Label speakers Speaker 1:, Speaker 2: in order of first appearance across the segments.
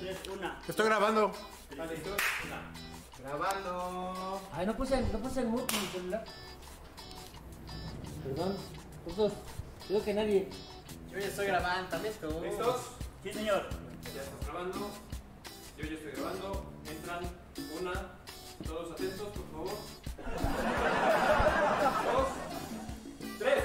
Speaker 1: tres, una.
Speaker 2: Estoy grabando.
Speaker 3: Grabando.
Speaker 4: Ay, no puse, no puse el mute en mi celular. Perdón. Justos, creo que nadie.
Speaker 3: Yo ya estoy grabando, también tú.
Speaker 5: ¿Listos?
Speaker 1: Sí, señor.
Speaker 5: Ya estás grabando. Yo ya estoy grabando. Entran. Una. Todos atentos, por favor. Dos. Tres.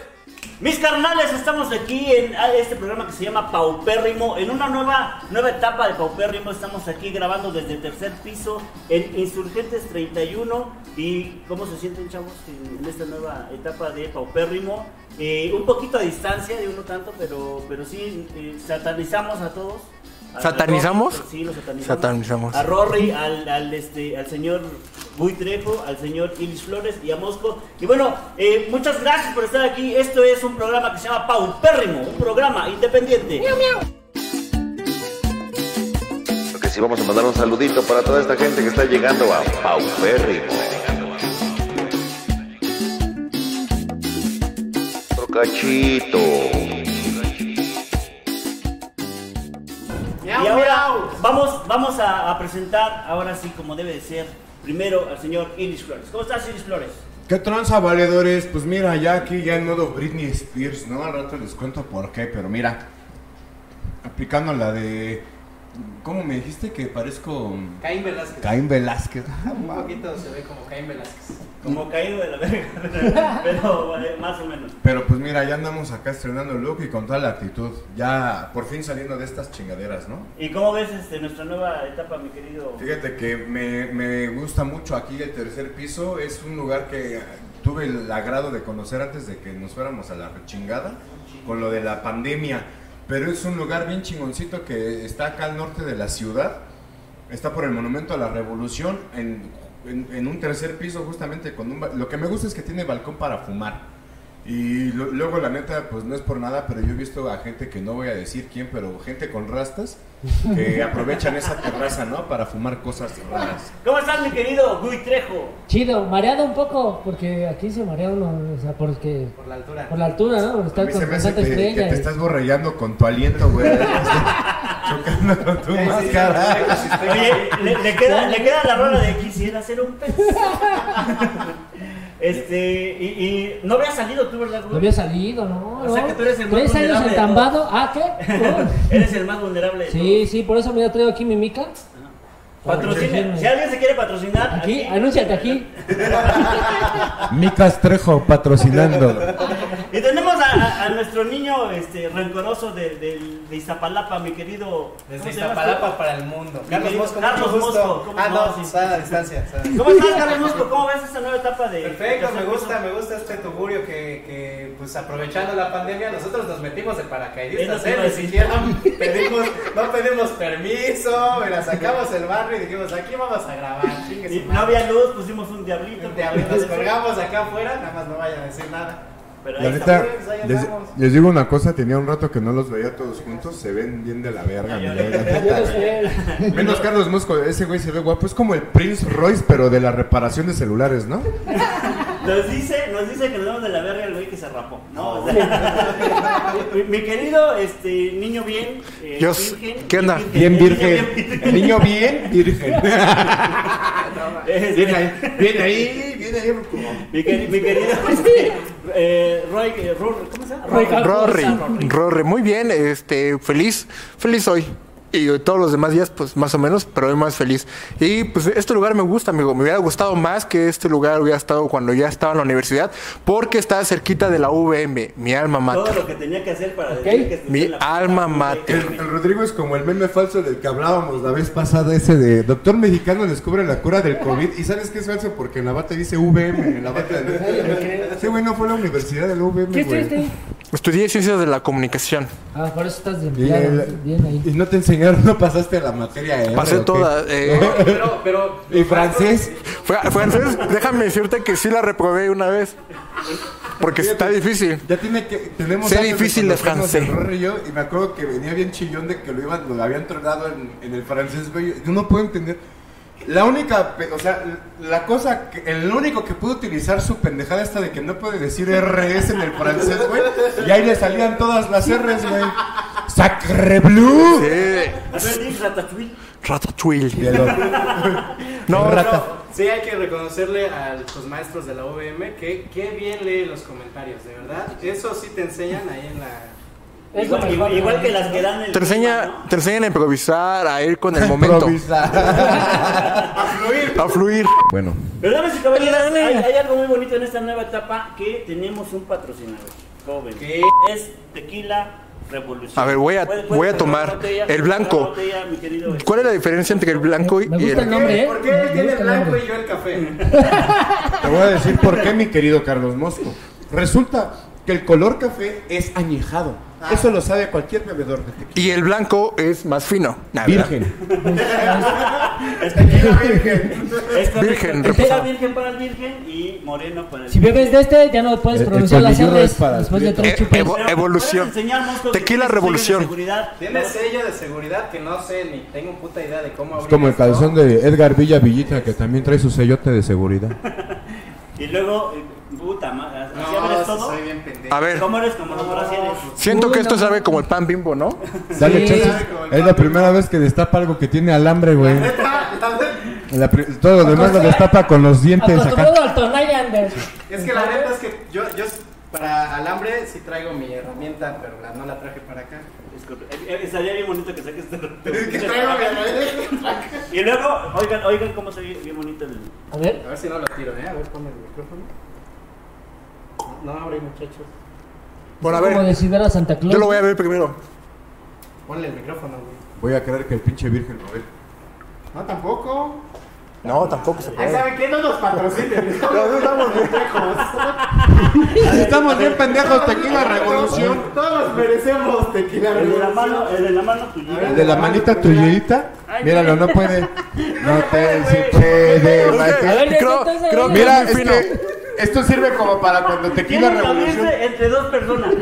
Speaker 1: Mis carnales, estamos aquí en este programa que se llama Paupérrimo, en una nueva, nueva etapa de Paupérrimo. Estamos aquí grabando desde el tercer piso en Insurgentes 31. ¿Y cómo se sienten, chavos, en, en esta nueva etapa de Paupérrimo? Eh, un poquito a distancia de uno tanto, pero, pero sí, eh, satanizamos a todos. A-
Speaker 2: ¿Satanizamos?
Speaker 1: a Rory, sí, lo satanizamos.
Speaker 2: Satanizamos.
Speaker 1: A Rory, al, al, este, al señor Buitrejo, al señor Ilis Flores y a Mosco. Y bueno, eh, muchas gracias por estar aquí. Esto es un programa que se llama Paupérrimo, un programa independiente.
Speaker 6: Porque sí vamos a mandar un saludito para toda esta gente que está llegando a Paupérrimo. Otro cachito.
Speaker 3: Miau,
Speaker 1: y ahora
Speaker 3: miau.
Speaker 1: vamos, vamos a, a presentar, ahora sí, como debe de ser, primero al señor Ilis Flores. ¿Cómo estás, Ilis Flores?
Speaker 7: ¿Qué tranza, valedores? Pues mira, ya aquí ya en modo Britney Spears, ¿no? Al rato les cuento por qué, pero mira. Aplicando la de. ¿Cómo me dijiste que parezco.
Speaker 3: Caín Velázquez.
Speaker 7: Caín Velázquez? Ah,
Speaker 3: Un
Speaker 7: ma-
Speaker 3: poquito se ve como Caín Velázquez.
Speaker 1: Como caído de la verga, pero eh, más o menos.
Speaker 7: Pero pues mira, ya andamos acá estrenando look y con toda la actitud. Ya por fin saliendo de estas chingaderas, ¿no?
Speaker 1: ¿Y cómo ves este, nuestra nueva etapa, mi querido?
Speaker 7: Fíjate que me, me gusta mucho aquí el tercer piso. Es un lugar que tuve el agrado de conocer antes de que nos fuéramos a la chingada con lo de la pandemia. Pero es un lugar bien chingoncito que está acá al norte de la ciudad. Está por el Monumento a la Revolución en, en- en un tercer piso justamente con un... ba- Lo que me gusta es que tiene balcón para fumar. Y lo- luego la neta, pues no es por nada, pero yo he visto a gente que no voy a decir quién, pero gente con rastas que aprovechan esa terraza, ¿no? Para fumar cosas raras.
Speaker 1: ¿Cómo estás, mi querido Gui Trejo?
Speaker 4: Chido, mareado un poco, porque aquí se marea uno, o sea, porque.
Speaker 3: Por la altura.
Speaker 4: Por la altura, ¿no? Por
Speaker 7: A
Speaker 4: estar
Speaker 7: mí se
Speaker 4: con
Speaker 7: me hace
Speaker 4: tanta
Speaker 7: que, que
Speaker 4: estrella.
Speaker 7: te
Speaker 4: y-
Speaker 7: estás borrellando con tu aliento, güey. Chocando con tu máscara.
Speaker 1: Oye, le, le queda, le queda la rola de quisiera ser un pez. Este, y, y no había salido tú, ¿verdad, Gui?
Speaker 4: No había salido, ¿no?
Speaker 3: O sea
Speaker 4: no.
Speaker 3: que tú eres el más
Speaker 4: Tres años
Speaker 3: vulnerable de
Speaker 4: entambado. Ah, ¿qué? No.
Speaker 1: Eres el más vulnerable. de
Speaker 4: sí, sí, por eso me he traído aquí mi mica.
Speaker 1: todos. Patrocina. Si alguien se quiere patrocinar,
Speaker 4: Aquí, anúnciate aquí.
Speaker 7: Mi Castrejo patrocinando.
Speaker 1: Y tenemos a, a- a nuestro niño este, rencoroso de, de- de Iztapalapa, mi querido.
Speaker 3: Desde
Speaker 1: ¿cómo te llamas
Speaker 3: Iztapalapa para el mundo. Carlos
Speaker 1: querido
Speaker 3: Mosco.
Speaker 1: Carlos
Speaker 3: mucho gusto.
Speaker 1: Mosco, ¿cómo
Speaker 3: Ah,
Speaker 1: no?
Speaker 3: no,
Speaker 1: Sí.
Speaker 3: está a la distancia. está a la
Speaker 1: tú?
Speaker 3: distancia.
Speaker 1: ¿Cómo estás, Carlos Musco? ¿Cómo ves esta nueva etapa de.?
Speaker 3: Perfecto,
Speaker 1: de-
Speaker 3: me gusta, me gusta este tugurio que, que, pues aprovechando la pandemia nosotros nos metimos de
Speaker 1: Es lo
Speaker 3: paracaidistas,
Speaker 1: que
Speaker 3: ¿eh?
Speaker 1: iba a
Speaker 3: Ni
Speaker 1: decir.
Speaker 3: siquiera pedimos, no pedimos permiso, mira, sacamos el barrio y dijimos, aquí vamos a grabar, chingue
Speaker 1: Y
Speaker 3: su
Speaker 1: No
Speaker 3: madre".
Speaker 1: había luz, pusimos un diablito.
Speaker 3: Te abrí- nos colgamos acá afuera, nada más no vayan a decir nada.
Speaker 1: Pero ahí
Speaker 7: La
Speaker 1: está.
Speaker 7: neta, les, les digo una cosa, tenía un rato que no los veía todos juntos, se ven bien de la verga. mi güey, la neta,
Speaker 4: Yo no
Speaker 7: güey.
Speaker 4: sé.
Speaker 7: Menos Carlos Musco, ese güey se ve guapo, es como el Prince Royce, pero de la reparación de celulares, ¿no?
Speaker 1: Nos dice, nos dice que nos damos de la verga el güey que se rapó. No, o sea, mi, mi querido este, niño bien, eh,
Speaker 2: Yo s-
Speaker 1: virgen.
Speaker 2: ¿qué onda?
Speaker 7: Bien
Speaker 1: niño
Speaker 7: virgen.
Speaker 1: bien
Speaker 7: El niño bien virgen.
Speaker 1: Este,
Speaker 7: Bien ahí, bien ahí, bien ahí.
Speaker 1: mi, queri- mi querido este, eh, Roy, eh, Ror- ¿cómo se llama?
Speaker 4: Roy Cal-
Speaker 2: Rory,
Speaker 1: Rory.
Speaker 2: Rory, muy bien, este, feliz, feliz hoy. Y todos los demás días, pues más o menos, pero hoy más feliz. Y pues este lugar me gusta, amigo. Me hubiera gustado más que este lugar hubiera estado cuando ya estaba en la universidad, porque está cerquita de la VM, mi alma
Speaker 1: Todo
Speaker 2: mater.
Speaker 1: lo que tenía que hacer para decir que estuviera
Speaker 2: Mi
Speaker 1: en la-
Speaker 2: alma
Speaker 7: El,
Speaker 2: mater.
Speaker 7: el Rodrigo es como el meme falso del que hablábamos la vez pasada, ese de doctor mexicano descubre la cura del COVID. ¿Y sabes qué es falso? Porque en la bata dice VM, en la bata de... Ese güey no fue a la universidad del VM,
Speaker 4: ¿Qué
Speaker 7: güey.
Speaker 4: estuviste?
Speaker 2: Estudié ciencias de la comunicación.
Speaker 4: Ah, por eso estás de
Speaker 7: Y, el-
Speaker 4: Bien ahí.
Speaker 7: y no te enseñaron, no pasaste la materia.
Speaker 4: Ah,
Speaker 7: R,
Speaker 2: Pasé
Speaker 7: ¿o qué?
Speaker 2: toda. eh,
Speaker 3: Pero, pero,
Speaker 7: ¿Y francés?
Speaker 2: fue- fue- entonces, déjame decirte que sí la reprobé una vez. Porque está difícil.
Speaker 7: Ya tiene que. Tenemos
Speaker 2: Sé
Speaker 7: años de
Speaker 2: difícil de
Speaker 7: conocernos
Speaker 2: francés.
Speaker 7: el Rory Y, yo, y me acuerdo que venía bien chillón de que lo, iban, lo habían tronado en, en el francés. güey. Yo no puedo entender. La única. pe- O sea, la cosa. que- el único que pudo utilizar su pendejada esta de que no puede decir RS en el francés, güey. Y ahí le salían todas las Rs, güey. Sacre Blue.
Speaker 2: Sí.
Speaker 1: A ver, dices Ratatouille.
Speaker 2: Ratatouille.
Speaker 7: De lo-
Speaker 2: No,
Speaker 7: Rata.
Speaker 3: Sí, hay que reconocerle a los maestros de la OVM que qué bien lee los comentarios, de verdad. Eso sí te enseñan ahí en la...
Speaker 4: Es lo
Speaker 1: Igual,
Speaker 4: mejor,
Speaker 1: igual- igual que
Speaker 4: ¿no?
Speaker 1: las que dan el.
Speaker 2: te enseña,
Speaker 1: ¿no?
Speaker 2: te enseñan a improvisar, a ir con el momento, a fluir.
Speaker 7: bueno,
Speaker 1: Pero damas y caballeros, hay, hay algo muy bonito en esta nueva etapa que tenemos un patrocinador joven.
Speaker 3: ¿Qué?
Speaker 1: Es Tequila Revolución.
Speaker 2: A ver, voy a- voy a
Speaker 1: cerrar
Speaker 2: tomar
Speaker 1: la botella,
Speaker 2: el blanco.
Speaker 1: cerrar la botella, mi querido. este,
Speaker 2: ¿Cuál es la diferencia entre el blanco y
Speaker 4: Me gusta el
Speaker 2: el...
Speaker 4: nombre, ¿eh?
Speaker 3: ¿Por qué él
Speaker 4: Me
Speaker 3: tiene
Speaker 4: gusta
Speaker 3: el
Speaker 4: el
Speaker 3: blanco
Speaker 4: nombre.
Speaker 3: y yo el café?
Speaker 7: te voy a decir por qué, mi querido Carlos Mosco. Resulta que el color café es añejado.
Speaker 3: Ah.
Speaker 7: Eso lo sabe cualquier bebedor de tequila.
Speaker 2: Y el blanco es más fino. Nah, ¿verdad?
Speaker 7: Virgen.
Speaker 1: Es tequila
Speaker 7: Virgen.
Speaker 1: Es
Speaker 2: Virgen,
Speaker 1: correcto. Tequila
Speaker 2: reposado.
Speaker 1: virgen para el virgen y moreno para el
Speaker 4: Si bebes de este, ya no puedes
Speaker 7: El- el
Speaker 4: pronunciar las
Speaker 7: polvillo es
Speaker 4: R's
Speaker 7: para
Speaker 4: después de tres
Speaker 2: Eh,
Speaker 4: chupes.
Speaker 2: evo-
Speaker 1: Pero,
Speaker 2: Evolución.
Speaker 1: ¿puedes enseñar, Mosco, que
Speaker 2: Tequila
Speaker 1: tienes sello de
Speaker 2: revolución.
Speaker 1: seguridad?
Speaker 3: Tiene sello de seguridad que no sé ni tengo puta idea de cómo abrir
Speaker 7: Como el
Speaker 3: esto.
Speaker 7: calzón de Edgar Villa Villita, que también trae su sellote de seguridad.
Speaker 1: Y luego, eh, puta madre, ¿así
Speaker 3: No,
Speaker 1: abres
Speaker 3: sí,
Speaker 1: todo?
Speaker 3: soy bien pendejo.
Speaker 2: A ver,
Speaker 1: ¿Cómo eres? ¿Cómo no ahora sí eres?
Speaker 2: siento que
Speaker 4: Uy,
Speaker 2: esto
Speaker 4: no.
Speaker 2: sabe como el pan bimbo, ¿no?
Speaker 7: Dale
Speaker 4: Sí.
Speaker 7: chance. Es la primera vez que destapa algo que tiene alambre, güey. La pri- todo lo demás lo destapa con los dientes acá.
Speaker 4: Acostumbrado al Tornailander.
Speaker 3: Es que la neta es que yo, yo para alambre sí traigo mi herramienta, pero la- no la traje para acá.
Speaker 1: Disculpe, eh, eh, Estaría bien bonito que saques
Speaker 3: Que traigo mi
Speaker 1: este
Speaker 3: herramienta.
Speaker 1: Y luego, oigan, oigan cómo se ve bien bonito el.
Speaker 4: A ver,
Speaker 3: A ver si no lo tiro, ¿eh? A ver, ponme el micrófono. No abre, muchachos.
Speaker 2: Bueno, a
Speaker 4: como
Speaker 2: ver,
Speaker 4: decidir a Santa Claus.
Speaker 2: yo lo voy a ver primero.
Speaker 3: Ponle el micrófono, güey.
Speaker 7: Voy a creer que el pinche Virgen Robel.
Speaker 3: No, tampoco.
Speaker 2: No, tampoco se
Speaker 3: Ay,
Speaker 2: puede.
Speaker 3: ¿saben qué? No nos patrocinen.
Speaker 2: estamos bien.
Speaker 7: Estamos bien pendejos, tequila
Speaker 3: Todos- Todos merecemos tequila
Speaker 1: El de la
Speaker 3: revolución.
Speaker 1: mano, el de la mano pues,
Speaker 3: A
Speaker 1: tuya.
Speaker 3: ver,
Speaker 7: El de la manita tuyita, míralo, no puede. No te sucede.
Speaker 4: A ver,
Speaker 2: Creo-
Speaker 4: ya siéntese,
Speaker 2: creo
Speaker 4: ya.
Speaker 2: que-
Speaker 7: Mira,
Speaker 2: Muy
Speaker 7: es
Speaker 2: fino.
Speaker 7: que esto sirve como para cuando tequila
Speaker 1: Tienen que
Speaker 7: revolución.
Speaker 1: abrirse entre dos personas.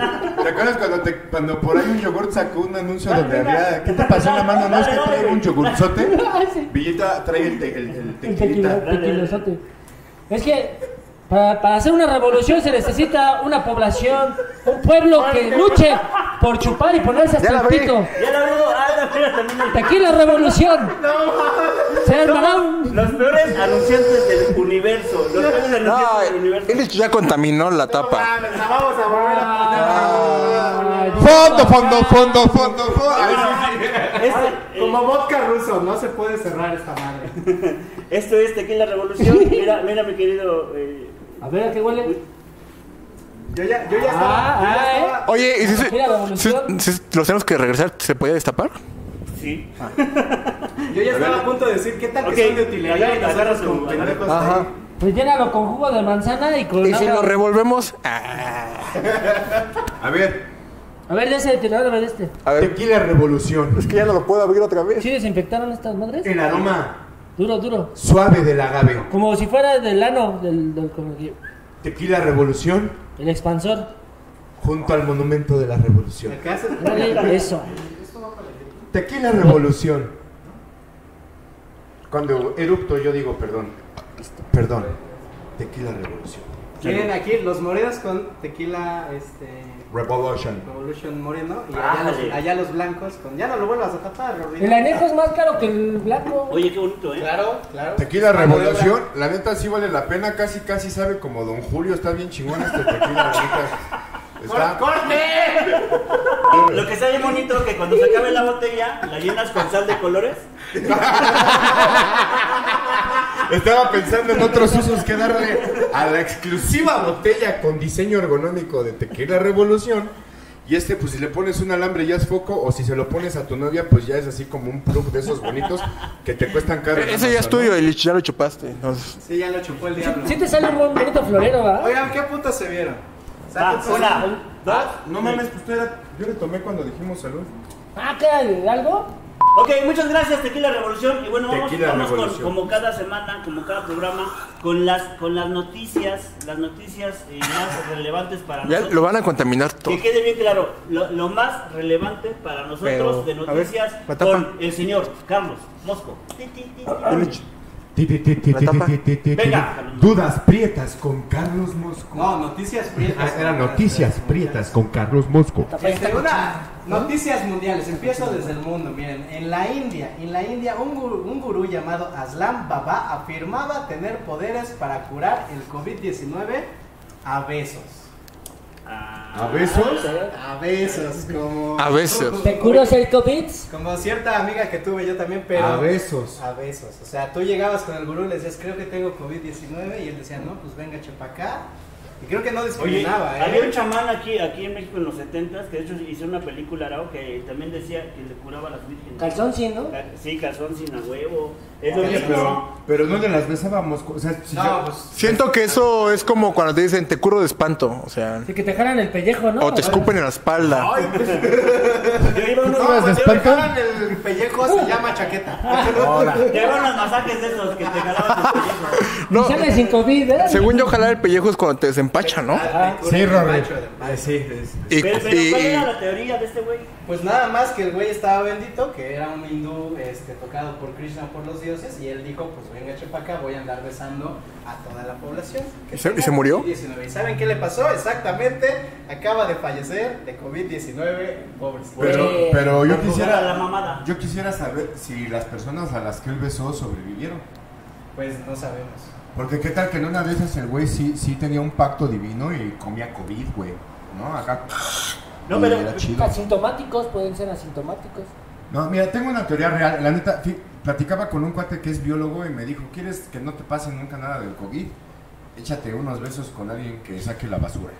Speaker 7: ¿Te acuerdas cuando, te- cuando por ahí un yogurt sacó un anuncio donde había. ¿Qué te pasó en la mano? ¿No es que trae un yogurtzote? Villita trae el, te- el, el
Speaker 4: El tequila,
Speaker 7: tequilita.
Speaker 4: tequilosote. Es que para, para hacer una revolución se necesita una población, un pueblo que luche por chupar y ponerse
Speaker 2: Ya
Speaker 4: hasta
Speaker 2: la
Speaker 4: el
Speaker 2: abrí.
Speaker 4: pito.
Speaker 1: Ya lo veo, ah, la mira también el-
Speaker 4: Tequila revolución. Se armará un-
Speaker 1: Los peores anunciantes del universo. Los peores anunciantes
Speaker 2: Ay,
Speaker 1: del universo.
Speaker 2: él ya contaminó la tapa.
Speaker 3: La vamos a volver a
Speaker 4: Ay,
Speaker 3: poner.
Speaker 7: Fondo, fondo, fondo, fondo, fondo.
Speaker 1: Este, eh,
Speaker 3: Como vodka ruso, no se puede cerrar esta madre.
Speaker 1: esto es Tequila Revolución. Mira, mira, mi querido. eh,
Speaker 4: A ver, ¿a ¿qué huele?
Speaker 3: Yo ya, yo ya
Speaker 4: Ah,
Speaker 3: estaba. yo ya
Speaker 4: ah,
Speaker 3: estaba-
Speaker 2: Oye, ¿y si, se-
Speaker 4: Mira, la evolución.
Speaker 2: si- si los tenemos que regresar, se podía destapar?
Speaker 1: sí.
Speaker 3: Yo ya estaba a punto de decir qué tal
Speaker 1: Ok,
Speaker 3: que son de utilidad y
Speaker 1: agarra- agarra
Speaker 3: nosotros
Speaker 1: su-
Speaker 3: como pendejos
Speaker 2: Ajá.
Speaker 3: ahí.
Speaker 4: Pues llénalo con jugo de manzana y con
Speaker 2: ¿Y si
Speaker 4: agua.
Speaker 2: lo revolvemos? Ah.
Speaker 7: A ver,
Speaker 4: A ver, ya se tiraron de este.
Speaker 2: A ver,
Speaker 7: tequila revolución.
Speaker 2: es que ya no lo puedo abrir otra vez.
Speaker 4: ¿Sí desinfectaron estas madres?
Speaker 7: El aroma
Speaker 4: Duro, duro.
Speaker 7: suave del agave.
Speaker 4: Como si fuera del ano, del, del- como que-
Speaker 7: Tequila revolución
Speaker 4: el expansor.
Speaker 7: junto al monumento de la revolución.
Speaker 3: ¿Lo que haces?
Speaker 4: Dale, eso.
Speaker 7: Tequila revolución. Cuando erupto yo digo perdón. Perdón. Tequila revolución.
Speaker 3: Miren aquí, los morenos con tequila, este.
Speaker 7: Revolution.
Speaker 3: Revolution moreno. Y allá,
Speaker 1: Ájale.
Speaker 3: los, allá los blancos con. Ya no lo vuelvas a tapar, Rodrigo.
Speaker 4: El anejo es más caro que el blanco.
Speaker 1: Oye, qué bonito, ¿eh?
Speaker 3: Claro, claro.
Speaker 7: Tequila Revolución, la neta sí vale la pena, casi casi sabe como Don Julio, está bien chingón este tequila, la neta. Está-
Speaker 1: Lo que está bien bonito es que cuando se acabe la botella, la llenas con sal de colores.
Speaker 7: estaba pensando en otros usos que darle a la exclusiva botella con diseño ergonómico de Tequila Revolución. Y este, pues si le pones un alambre ya es foco, o si se lo pones a tu novia, pues ya es así como un plug de esos bonitos que te cuestan caro. en
Speaker 2: Ese ya es
Speaker 7: Amazon, ¿no?
Speaker 2: tuyo, Elich, ya lo chupaste. Entonces,
Speaker 3: Sí, ya lo chupó el diablo.
Speaker 4: Sí te sale un buen bonito florero, ¿verdad?
Speaker 3: Oigan, ¿qué putas se vieron?
Speaker 1: Va,
Speaker 3: Sáquense-
Speaker 1: una, dos.
Speaker 7: No mames, pues tú era- yo le tomé cuando dijimos salud.
Speaker 4: Ah, ¿qué hay? ¿Algo?
Speaker 1: Ok, muchas gracias Tequila Revolución y bueno, vamos,
Speaker 7: Tequila
Speaker 1: vamos con-
Speaker 7: Revolución.
Speaker 1: como cada semana, como cada programa, con las con las noticias, las noticias eh, más relevantes para
Speaker 2: ya lo
Speaker 1: nosotros.
Speaker 2: van a contaminar todo.
Speaker 1: Que quede bien claro, lo, lo más relevante para nosotros
Speaker 2: Pero,
Speaker 1: de
Speaker 2: a ver,
Speaker 1: noticias
Speaker 2: la tapa.
Speaker 1: con el señor Carlos Mosco. Ti, ti, ti, ti.
Speaker 2: Elich,
Speaker 7: Ti, ti, ti, ti,
Speaker 2: La tapa.
Speaker 7: ti, ti, ti, ti,
Speaker 1: Venga.
Speaker 7: ti. Dudas prietas con Carlos Mosco.
Speaker 3: No, noticias prietas.
Speaker 7: Ah, Eran noticias prietas con Carlos Mosco.
Speaker 4: Tapá esta
Speaker 3: Este, una, Noticias mundiales, empiezo desde el mundo, miren, en la India, en la India un gurú, un gurú llamado Aslam Baba afirmaba tener poderes para curar el COVID-19 a besos.
Speaker 1: Ah,
Speaker 7: ¿A besos?
Speaker 3: A besos, como...
Speaker 2: A besos.
Speaker 4: ¿Te curas el COVID?
Speaker 3: Como cierta amiga que tuve yo también, pero...
Speaker 7: A besos.
Speaker 3: A besos, o sea, tú llegabas con el gurú y le decías, creo que tengo COVID-19, y él decía, no, pues venga, chepa acá. Y creo que no
Speaker 1: Oye,
Speaker 3: discriminaba, ¿eh?
Speaker 1: había un chamán aquí, aquí en México en los 70s que de hecho hizo una película arao que también decía que le curaba a las vírgenes.
Speaker 4: Calzón sí, ¿no?
Speaker 1: Ca- Sí, calzón sin a huevo. Es lo
Speaker 7: Oye,
Speaker 1: mismo.
Speaker 7: Ah, pero, pero ¿dónde las besábamos? O sea, si
Speaker 3: No,
Speaker 7: yo-
Speaker 3: pues...
Speaker 2: Siento que eso es como cuando te dicen te curo de espanto, o sea,
Speaker 4: Así que te jalan el pellejo, ¿no?
Speaker 2: o te escupen en la espalda.
Speaker 1: Yo iba a unos,
Speaker 3: No, pues,
Speaker 8: ¿Curas de
Speaker 3: cuando
Speaker 8: espanto?
Speaker 3: me jalan el pellejo se llama chaqueta.
Speaker 1: yo iba a unos masajes de esos que te jalaban tus pellejos.
Speaker 4: Y
Speaker 2: No,
Speaker 4: sales sin COVID, ¿eh?
Speaker 2: según yo jalar el pellejo es cuando te desempacha, ¿no?
Speaker 3: Ah,
Speaker 8: Sí,
Speaker 3: el
Speaker 8: Robert.
Speaker 3: macho del macho.
Speaker 7: sí, es-
Speaker 2: Y,
Speaker 1: Pero, pero
Speaker 2: y-
Speaker 1: ¿cuál
Speaker 2: y-
Speaker 1: era la teoría de este güey?
Speaker 3: Pues nada más que el güey estaba bendito, que era un hindú este, tocado por Krishna, por los dioses, y él dijo, pues venga chepa acá, voy a andar besando a toda la población. que
Speaker 2: ¿Y se- y
Speaker 3: tenga
Speaker 2: se murió?
Speaker 3: COVID-19. ¿Y saben qué le pasó? Exactamente, acaba de fallecer de COVID-19, pobrecito.
Speaker 7: Pero,
Speaker 4: Oye,
Speaker 7: pero yo
Speaker 1: por jugar a Pues, la
Speaker 7: quisiera,
Speaker 1: mamada.
Speaker 7: yo quisiera saber si las personas a las que él besó sobrevivieron.
Speaker 3: Pues no sabemos.
Speaker 7: Porque qué tal que en una de esas el güey sí, sí tenía un pacto divino y comía COVID, güey. ¿No? Acá.
Speaker 1: No,
Speaker 7: Y
Speaker 1: pero-
Speaker 7: Era chido.
Speaker 4: Asintomáticos, pueden ser asintomáticos.
Speaker 7: No, mira, tengo una teoría real. La neta, fi- platicaba con un cuate que es biólogo y me dijo, ¿quieres que no te pase nunca nada del COVID? Échate unos besos con alguien que saque la basura.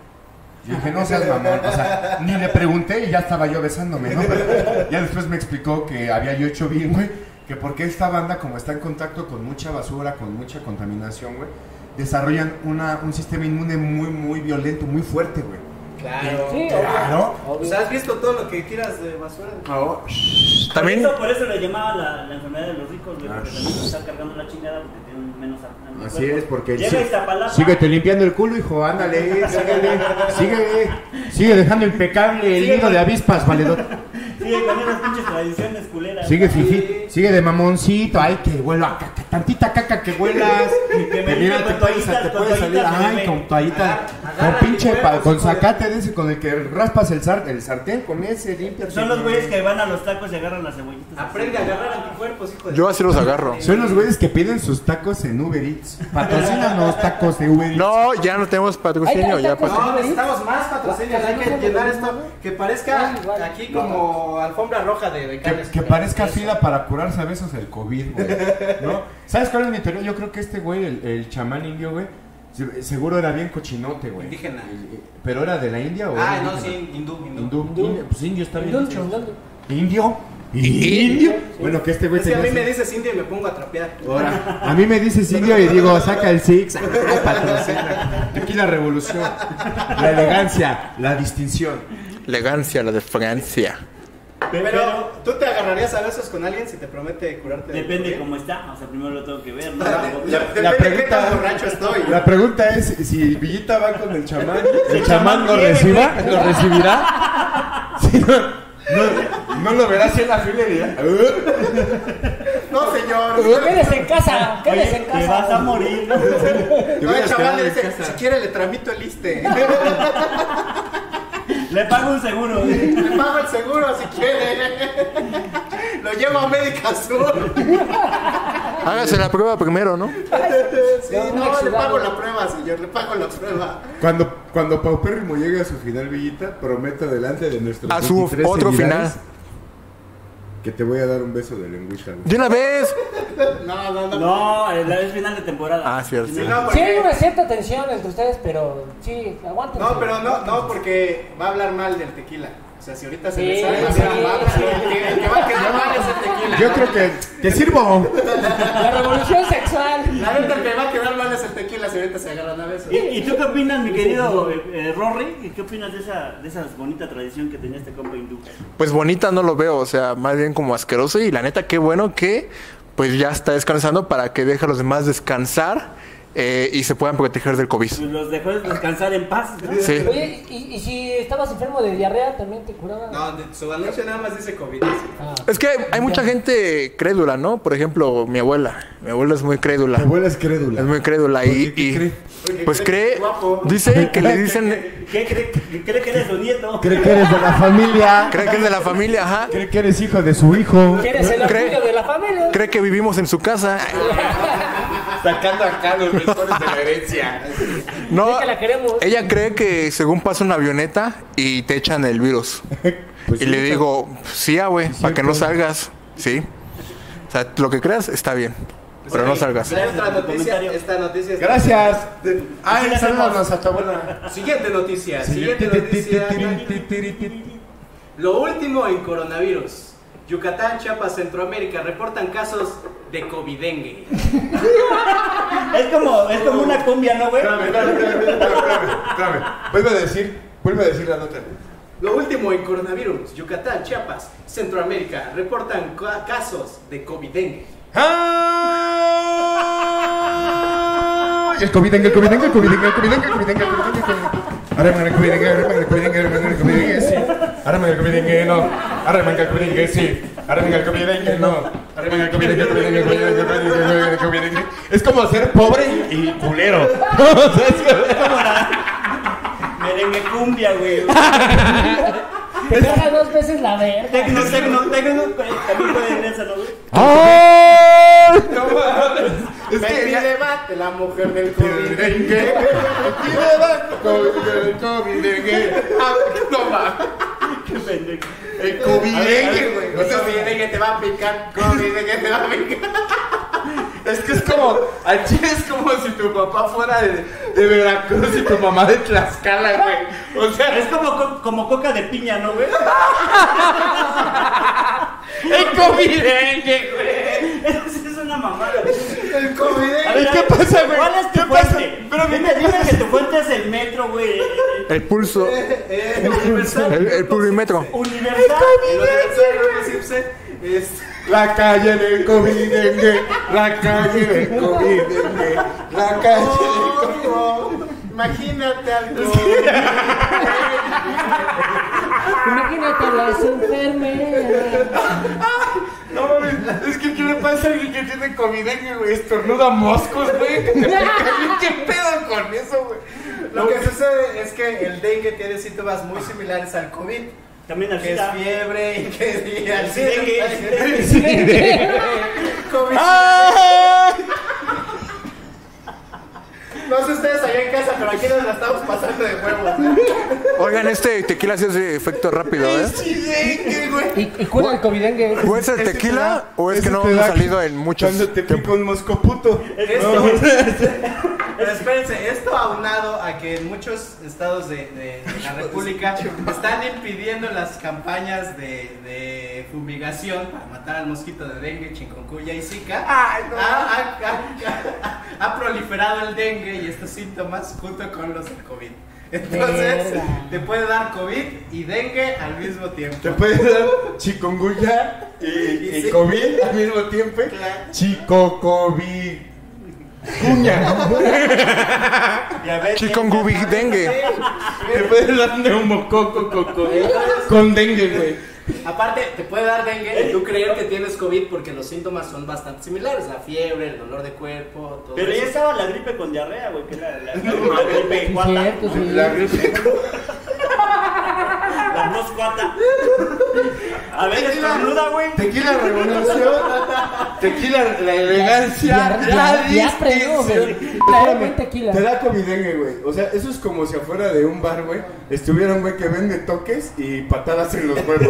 Speaker 7: Y dije, no seas mamón. O sea, ni le pregunté y ya estaba yo besándome, ¿no? Pero ya después me explicó que había yo hecho bien, güey. Que porque esta banda, como está en contacto con mucha basura, con mucha contaminación, güey, desarrollan una, un sistema inmune muy, muy violento, muy fuerte, güey.
Speaker 3: Claro.
Speaker 4: Sí,
Speaker 7: Claro.
Speaker 4: obvio.
Speaker 3: Pues has visto todo lo que tiras de basura.
Speaker 2: Ah.
Speaker 7: Ahora,
Speaker 2: también
Speaker 1: Por eso, por eso le llamaban la, la enfermedad de los ricos, güey, porque también se están cargando la chingada porque tienen menos al-
Speaker 7: Así es, porque
Speaker 1: Llega Iztapalapa.
Speaker 7: síguete limpiando el culo, hijo, ándale, síguele, síguele, sigue dejando impecable el
Speaker 1: Sigue.
Speaker 7: nido de avispas, valedor.
Speaker 1: Sigue con esas pinches tradiciones culeras.
Speaker 7: Sigue
Speaker 1: güey.
Speaker 7: fifi, sigue de mamoncito, ay que huela a caca, tantita caca que huelas,
Speaker 1: me
Speaker 7: que
Speaker 1: limpie
Speaker 7: mira te
Speaker 1: con
Speaker 7: puedes,
Speaker 1: toallitas,
Speaker 7: te
Speaker 1: con
Speaker 7: puedes salir,
Speaker 1: toallitas,
Speaker 7: ay
Speaker 1: bebé.
Speaker 7: con toallita,
Speaker 3: Agarra,
Speaker 7: con
Speaker 3: agarra
Speaker 7: pinche,
Speaker 3: mi
Speaker 7: pa-
Speaker 3: huevo,
Speaker 7: con
Speaker 3: hijo de-
Speaker 7: sacate de ese con el que raspas el, sar- el sartén, con ese limpias.
Speaker 1: Son los güeyes que van a los tacos y agarran las cebollitas. así.
Speaker 3: Aprende a agarrar anticuerpos, hijo de...
Speaker 2: yo así los agarro.
Speaker 7: Son los güeyes que piden sus tacos en Uber Eats, patrocínanos tacos de Uber Eats.
Speaker 2: No, ya no tenemos patrocinio, ya
Speaker 4: Pues,
Speaker 3: No,
Speaker 2: patro-
Speaker 3: necesitamos más patrocinios, hay que llenar esto que parezca
Speaker 4: Ah, igual.
Speaker 3: aquí como alfombra roja de, de
Speaker 7: Que,
Speaker 3: carnes.
Speaker 7: que parezca fila para curarse a besos el COVID, güey. ¿No? ¿Sabes cuál es mi teoría? Yo creo que este güey, el, el chamán indio, güey, se- seguro era bien cochinote, güey.
Speaker 3: Indígena.
Speaker 7: El- el- ¿Pero era de la India o
Speaker 3: Ah,
Speaker 7: era
Speaker 3: no, sí,
Speaker 7: indígena?
Speaker 3: hindú, hindú.
Speaker 7: Hindú. Indio, Pues indio está bien.
Speaker 4: Dulce,
Speaker 7: dicho.
Speaker 4: dulce.
Speaker 7: ¿Indio? ¿Indio? Bueno, que este güey
Speaker 3: Es que a mí
Speaker 7: tenía
Speaker 3: me
Speaker 7: ese-
Speaker 3: dices indio y me pongo a trapear.
Speaker 7: Ahora, a mí me dices indio y digo, saca el six, ah, patrocina. Aquí la revolución, la elegancia, la distinción.
Speaker 2: Elegancia, la de Francia.
Speaker 3: Pero, ¿tú te agarrarías a besos con alguien si te promete curarte? del
Speaker 1: Depende
Speaker 3: COVID?
Speaker 1: cómo está, o sea, primero lo tengo que ver, ¿no?
Speaker 3: La,
Speaker 1: Tampoco-
Speaker 3: la-
Speaker 7: la
Speaker 3: depende de qué
Speaker 7: pregunta-
Speaker 3: tan borracho estoy.
Speaker 7: La pregunta es si Villita va con el chamán,
Speaker 1: chamán
Speaker 7: el chamán lo
Speaker 1: viene,
Speaker 7: reciba, lo recibirá. Si no, no, no lo verás en la fila y dirá, "Uh".
Speaker 3: No, señor.
Speaker 4: Quédese en casa, quédese en
Speaker 1: Oye, te vas a
Speaker 4: casa.
Speaker 1: morir.
Speaker 7: Te
Speaker 3: No,
Speaker 7: voy a
Speaker 3: el chaval
Speaker 7: quedar
Speaker 3: le
Speaker 7: en
Speaker 3: dice,
Speaker 7: casa.
Speaker 3: si quiere le tramito el liste.
Speaker 1: Le pago un seguro. güey.
Speaker 3: Le pago el seguro si quiere. Lo llevo a Médica Sur.
Speaker 2: Hágase la prueba primero, ¿no?
Speaker 3: Sí, no, le pago la prueba, señor, le pago la prueba.
Speaker 7: Cuando, cuando Paupérrimo llegue a su final, Villita, prometo delante de nuestros
Speaker 2: A su
Speaker 7: 23
Speaker 2: otro
Speaker 7: seguidores
Speaker 2: final.
Speaker 7: Que te voy a dar un beso de lengüita. güey.
Speaker 2: De una vez.
Speaker 3: No, no, no.
Speaker 1: No, es la es final de temporada.
Speaker 2: Ah, cierto.
Speaker 1: Sí,
Speaker 3: No,
Speaker 4: Sí hay
Speaker 3: porque,
Speaker 4: una cierta tensión entre ustedes, pero sí, aguanten.
Speaker 3: no, pero no, no, porque va a hablar mal del tequila. O sea, si ahorita se
Speaker 4: Sí,
Speaker 3: le sale,
Speaker 4: sí,
Speaker 3: o sea, va a hablar
Speaker 4: sí.
Speaker 3: del tequila. El que va a quedar mal es el tequila.
Speaker 7: Yo creo que te sirvo.
Speaker 4: La revolución sexual.
Speaker 3: La neta, el que va a quedar mal es el tequila si ahorita se agarran a besos.
Speaker 1: ¿Y, y tú qué opinas, mi querido eh, eh, Rory? ¿Qué opinas de esa, de esa bonita tradición que tenía este compa hindú?
Speaker 2: Pues bonita no lo veo, o sea, más bien como asqueroso. Y la neta, qué bueno que pues ya está descansando para que deje a los demás descansar eh, y se puedan proteger del COVID.
Speaker 1: Pues los dejó descansar en paz. ¿no?
Speaker 2: Sí.
Speaker 4: Oye, ¿y, y si estabas enfermo de diarrea también te curaban?
Speaker 3: No, de- su anuncio nada más dice COVID.
Speaker 4: Ah.
Speaker 2: Es que hay mucha gente crédula, ¿no? Por ejemplo, mi abuela. Mi abuela es muy crédula.
Speaker 7: Mi abuela es crédula.
Speaker 2: Es muy crédula y,
Speaker 7: ¿Por qué? ¿Qué
Speaker 2: y-
Speaker 7: cree?
Speaker 2: pues cree,
Speaker 3: guapo.
Speaker 2: dice que le dicen,
Speaker 1: ¿Qué cree, que- cree que eres su nieto?
Speaker 7: Cree que eres de la familia.
Speaker 2: cree que es de la familia, ajá,
Speaker 7: Cree que eres hijo de su hijo.
Speaker 4: Que eres el
Speaker 2: ¿Cree?
Speaker 4: orgullo de la familia.
Speaker 2: cree que vivimos en su casa.
Speaker 8: Sacando acá los mejores de la herencia.
Speaker 2: No,
Speaker 4: Cree que la queremos.
Speaker 2: ella cree que según pasa una avioneta y te echan el virus.
Speaker 7: Pues
Speaker 2: y
Speaker 7: sí,
Speaker 2: le
Speaker 7: está-
Speaker 2: digo, sí, ah, güey, para que no salgas, sí. O sea, lo que creas está bien, pero no salgas.
Speaker 8: Mira, Esta
Speaker 1: Gracias por tu
Speaker 8: noticia,
Speaker 1: comentario.
Speaker 8: esta noticia. está-
Speaker 7: Gracias.
Speaker 8: Ay,
Speaker 1: Gracias.
Speaker 8: salúdanos a tu abuela. Siguiente noticia, siguiente noticia.
Speaker 3: Lo último en coronavirus. Yucatán, Chiapas, Centroamérica reportan casos de covidengue.
Speaker 1: Es como, es como una cumbia, ¿no, güey?
Speaker 8: Espérame, espérame, espérame, espérame, espérame.
Speaker 7: Vuelve a decir, vuelve a decir la nota.
Speaker 3: Lo último en coronavirus. Yucatán, Chiapas, Centroamérica reportan ca- casos de covidengue.
Speaker 7: ¡Ah! El COVID, el COVID, el COVID, el COVID, el COVID, el COVID, el COVID, el COVID, el COVID. Arremanca el COVID, arremanca el COVID, arremanca el COVID, sí. Arremanca el COVID, no. Arremanca el COVID, sí. Arremanca el COVID, no. Arremanca el COVID, el COVID, el COVID, el COVID, el COVID, el COVID. Es como ser pobre y culero. O sea, es que-
Speaker 1: Merengue cumbia, güey.
Speaker 4: Te traga dos veces la verga.
Speaker 1: Tecno, tecno, tecno. güey, También pueden eso, ¿no, güey?
Speaker 7: ¡Ay!
Speaker 8: Es
Speaker 7: que
Speaker 8: que
Speaker 7: ya-
Speaker 8: debate la mujer del COVID.
Speaker 7: Covidengue. Y me va COVID, covidengue.
Speaker 8: Ah, No va.
Speaker 1: Qué pendejo.
Speaker 8: El
Speaker 7: covidengue,
Speaker 8: covidengue,
Speaker 7: güey.
Speaker 8: güey. O sea, covidengue te va a picar. Covidengue te va a picar. Es que es como, al chile es como si tu papá fuera de, de Veracruz y tu mamá de Tlaxcala, güey. O sea,
Speaker 1: Es como, co- como coca de piña, ¿no, güey?
Speaker 8: el covidengue, güey.
Speaker 1: Eso es una mamada, güey.
Speaker 8: El
Speaker 1: A
Speaker 8: covidengue.
Speaker 1: ver,
Speaker 7: ¿Qué
Speaker 1: a ver,
Speaker 7: pasa, güey?
Speaker 1: ¿Cuál es tu
Speaker 7: ¿Qué pasa?
Speaker 1: fuente? Dime, dime que tu fuente es el metro, güey.
Speaker 2: El pulso, el, el pulvimetro.
Speaker 1: Universal.
Speaker 7: La calle del covidengue. La calle del covidengue. La calle del
Speaker 8: Imagínate algo.
Speaker 4: Imagínate a las enfermeras.
Speaker 8: No mames, es que ¿qué le pasa a alguien que tiene covidengue, güey? Estornuda moscos, güey. ¿Qué pedo con eso, güey?
Speaker 3: Lo que sucede es que el dengue tiene síntomas muy similares al COVID,
Speaker 1: También al
Speaker 3: que es
Speaker 1: SIDA.
Speaker 3: fiebre y que y al
Speaker 1: Sí, dengue.
Speaker 3: dengue. No sé ustedes allá en casa, pero aquí nos la estamos pasando de huevos.
Speaker 2: Oigan, este tequila sí hace efecto rápido, ¿eh?
Speaker 8: Covidengue, güey.
Speaker 4: ¿Y, y cura el covidengue?
Speaker 2: ¿O es el
Speaker 7: Ese te
Speaker 2: tequila
Speaker 7: da-
Speaker 2: o es
Speaker 7: ese
Speaker 2: que no
Speaker 7: te
Speaker 2: hemos
Speaker 7: da
Speaker 2: salido en muchos
Speaker 7: Cuando te
Speaker 2: tiempos?
Speaker 7: pica un mosco puto.
Speaker 3: Esto, pero espérense, esto aunado a que en muchos estados de, de- de la República están impidiendo las campañas de, de fumigación para matar al mosquito de dengue, chingoncuya y zika, ha, ha- ha- ha proliferado el dengue y estos síntomas junto con los del COVID. Entonces,
Speaker 4: Verga.
Speaker 3: te puede dar COVID y dengue al mismo tiempo.
Speaker 7: Te puede dar chikungunya y, y
Speaker 3: Sí.
Speaker 7: COVID al mismo tiempo. ¿eh?
Speaker 3: Claro.
Speaker 7: Chico COVID. Cuña.
Speaker 2: Chikungubi dengue.
Speaker 7: Te puede dar neumococo con, con, con dengue, güey.
Speaker 3: Aparte, te puede dar dengue y tú creer que tienes COVID porque los síntomas son bastante similares. La fiebre, el dolor de cuerpo, todo
Speaker 1: Pero ya
Speaker 3: eso.
Speaker 1: estaba la gripe con diarrea, güey. Que era la, la, la gripe
Speaker 4: Sí,
Speaker 1: cuata.
Speaker 4: cierto, sí.
Speaker 1: La moscuata. A ver, estornuda, güey.
Speaker 7: Tequila revolución. Tequila la elegancia.
Speaker 4: Ya- ya-
Speaker 7: La
Speaker 4: ya fregó, güey.
Speaker 7: distinción.
Speaker 4: Traeme
Speaker 7: Espérame,
Speaker 4: tequila.
Speaker 7: Te da covidengue, güey. O sea, eso es como si afuera de un bar, güey, estuviera un güey que vende toques y patadas en los huevos.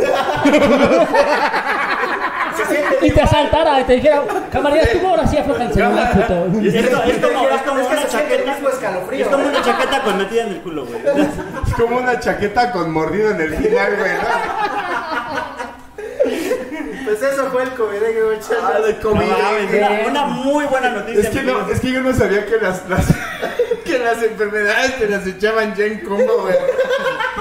Speaker 4: Y te asaltara y te dijera, camarada, tú ahora sí afloja el celular, puto.
Speaker 1: Es, como- es como, es como
Speaker 3: Es que
Speaker 1: una
Speaker 3: se siente el
Speaker 1: chaqueta.
Speaker 3: mismo escalofrío, ¿eh?
Speaker 1: Es como una chaqueta con metida en el culo, güey.
Speaker 7: Es como una chaqueta con mordido en el final, güey.
Speaker 3: Pues eso fue el COVID, dengue,
Speaker 7: Ah,
Speaker 1: No
Speaker 3: muchachos.
Speaker 1: mames, una, una muy buena noticia.
Speaker 7: Es que,
Speaker 1: mi
Speaker 7: no,
Speaker 1: amigo.
Speaker 7: es que yo no sabía que las, las- que las enfermedades te las echaban ya en combo, güey.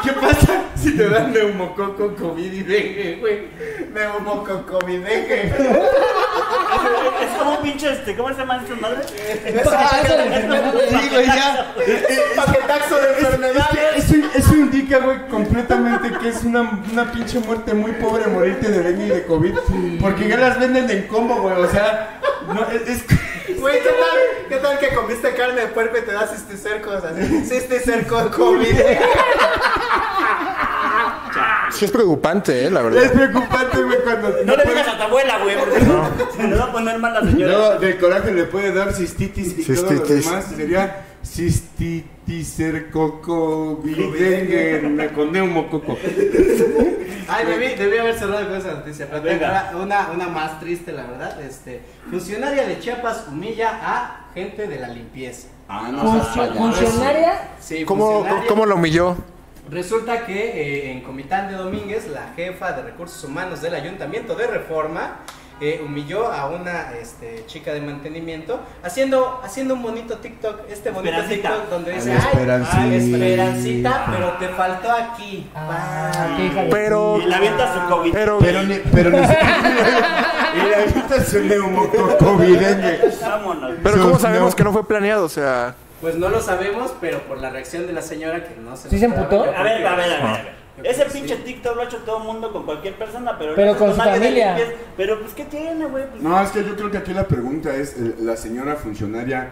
Speaker 7: ¿Qué pasa si te dan neumococo, COVID y dengue, güey? Neumococo, COVID, dengue.
Speaker 1: Es como un pinche este, ¿cómo se llama esta madre?
Speaker 7: Eh,
Speaker 4: paquetazo de enfermedades.
Speaker 8: Sí, güey, ya. Es paquetazo de enfermedades.
Speaker 7: Eso, eso indica, güey, completamente que es una, una pinche muerte muy pobre morirte de dengue y de COVID. Porque ya las venden en combo, güey. O sea, no, es, es-
Speaker 8: Güey, ¿qué tal, ¿qué tal que comiste carne de puerco y te das este cerco? O sea, este cerco COVID.
Speaker 2: Sí es preocupante, eh, la
Speaker 7: es
Speaker 2: verdad.
Speaker 7: preocupante, güey, cuando.
Speaker 1: No le
Speaker 7: puedes-
Speaker 1: digas a tu abuela, güey, porque se le va a poner mal la señora.
Speaker 7: Luego del coraje le puede dar cistitis y todo lo
Speaker 2: Cistitis.
Speaker 7: demás. Sería cistitisercocovidengue con neumococo.
Speaker 3: Ay, debí, debí haber cerrado con esa noticia, pero tengo
Speaker 1: Venga.
Speaker 3: una, una- una más triste, la verdad. Este, funcionaria de Chiapas humilla a gente de la limpieza.
Speaker 8: Ah,
Speaker 4: Funcio- Funcionaria.
Speaker 3: Sí,
Speaker 2: ¿Cómo,
Speaker 3: funcionaria-
Speaker 2: ¿Cómo lo humilló?
Speaker 3: Resulta que eh, en Comitán de Domínguez, la jefa de recursos humanos del Ayuntamiento de Reforma eh, humilló a una este, chica de mantenimiento haciendo, haciendo un bonito TikTok, este bonito
Speaker 1: Esperancita. Ah.
Speaker 3: TikTok donde dice,
Speaker 7: ver,
Speaker 3: ay, ay,
Speaker 7: Esperancita.
Speaker 3: esperancita, pero te faltó aquí.
Speaker 4: Ah,
Speaker 3: Pam".
Speaker 4: qué hija de-
Speaker 2: Pero,
Speaker 1: Y le avienta su COVID.
Speaker 2: pero,
Speaker 7: Pero ni, pero ni siquiera- Y la ahorita es un neumococovidengue.
Speaker 1: Vámonos.
Speaker 2: pero ¿cómo
Speaker 7: No.
Speaker 2: sabemos que no fue planeado? O sea,
Speaker 3: Pues no lo sabemos, pero por la reacción de la señora que no se...
Speaker 4: ¿Sí se
Speaker 1: A
Speaker 4: emputó?
Speaker 1: ver, a ver, a ver. a
Speaker 7: Ah.
Speaker 1: ver.
Speaker 3: Yo
Speaker 1: Ese
Speaker 3: creo que
Speaker 1: pinche TikTok lo ha hecho todo el mundo con cualquier persona, pero...
Speaker 4: Pero
Speaker 1: ahorita
Speaker 4: con su
Speaker 1: alguien de
Speaker 4: familia.
Speaker 1: limpieza. Pero pues, ¿qué tiene, güey? Pues,
Speaker 7: No, es que yo creo que aquí la pregunta es, eh, ¿la señora funcionaria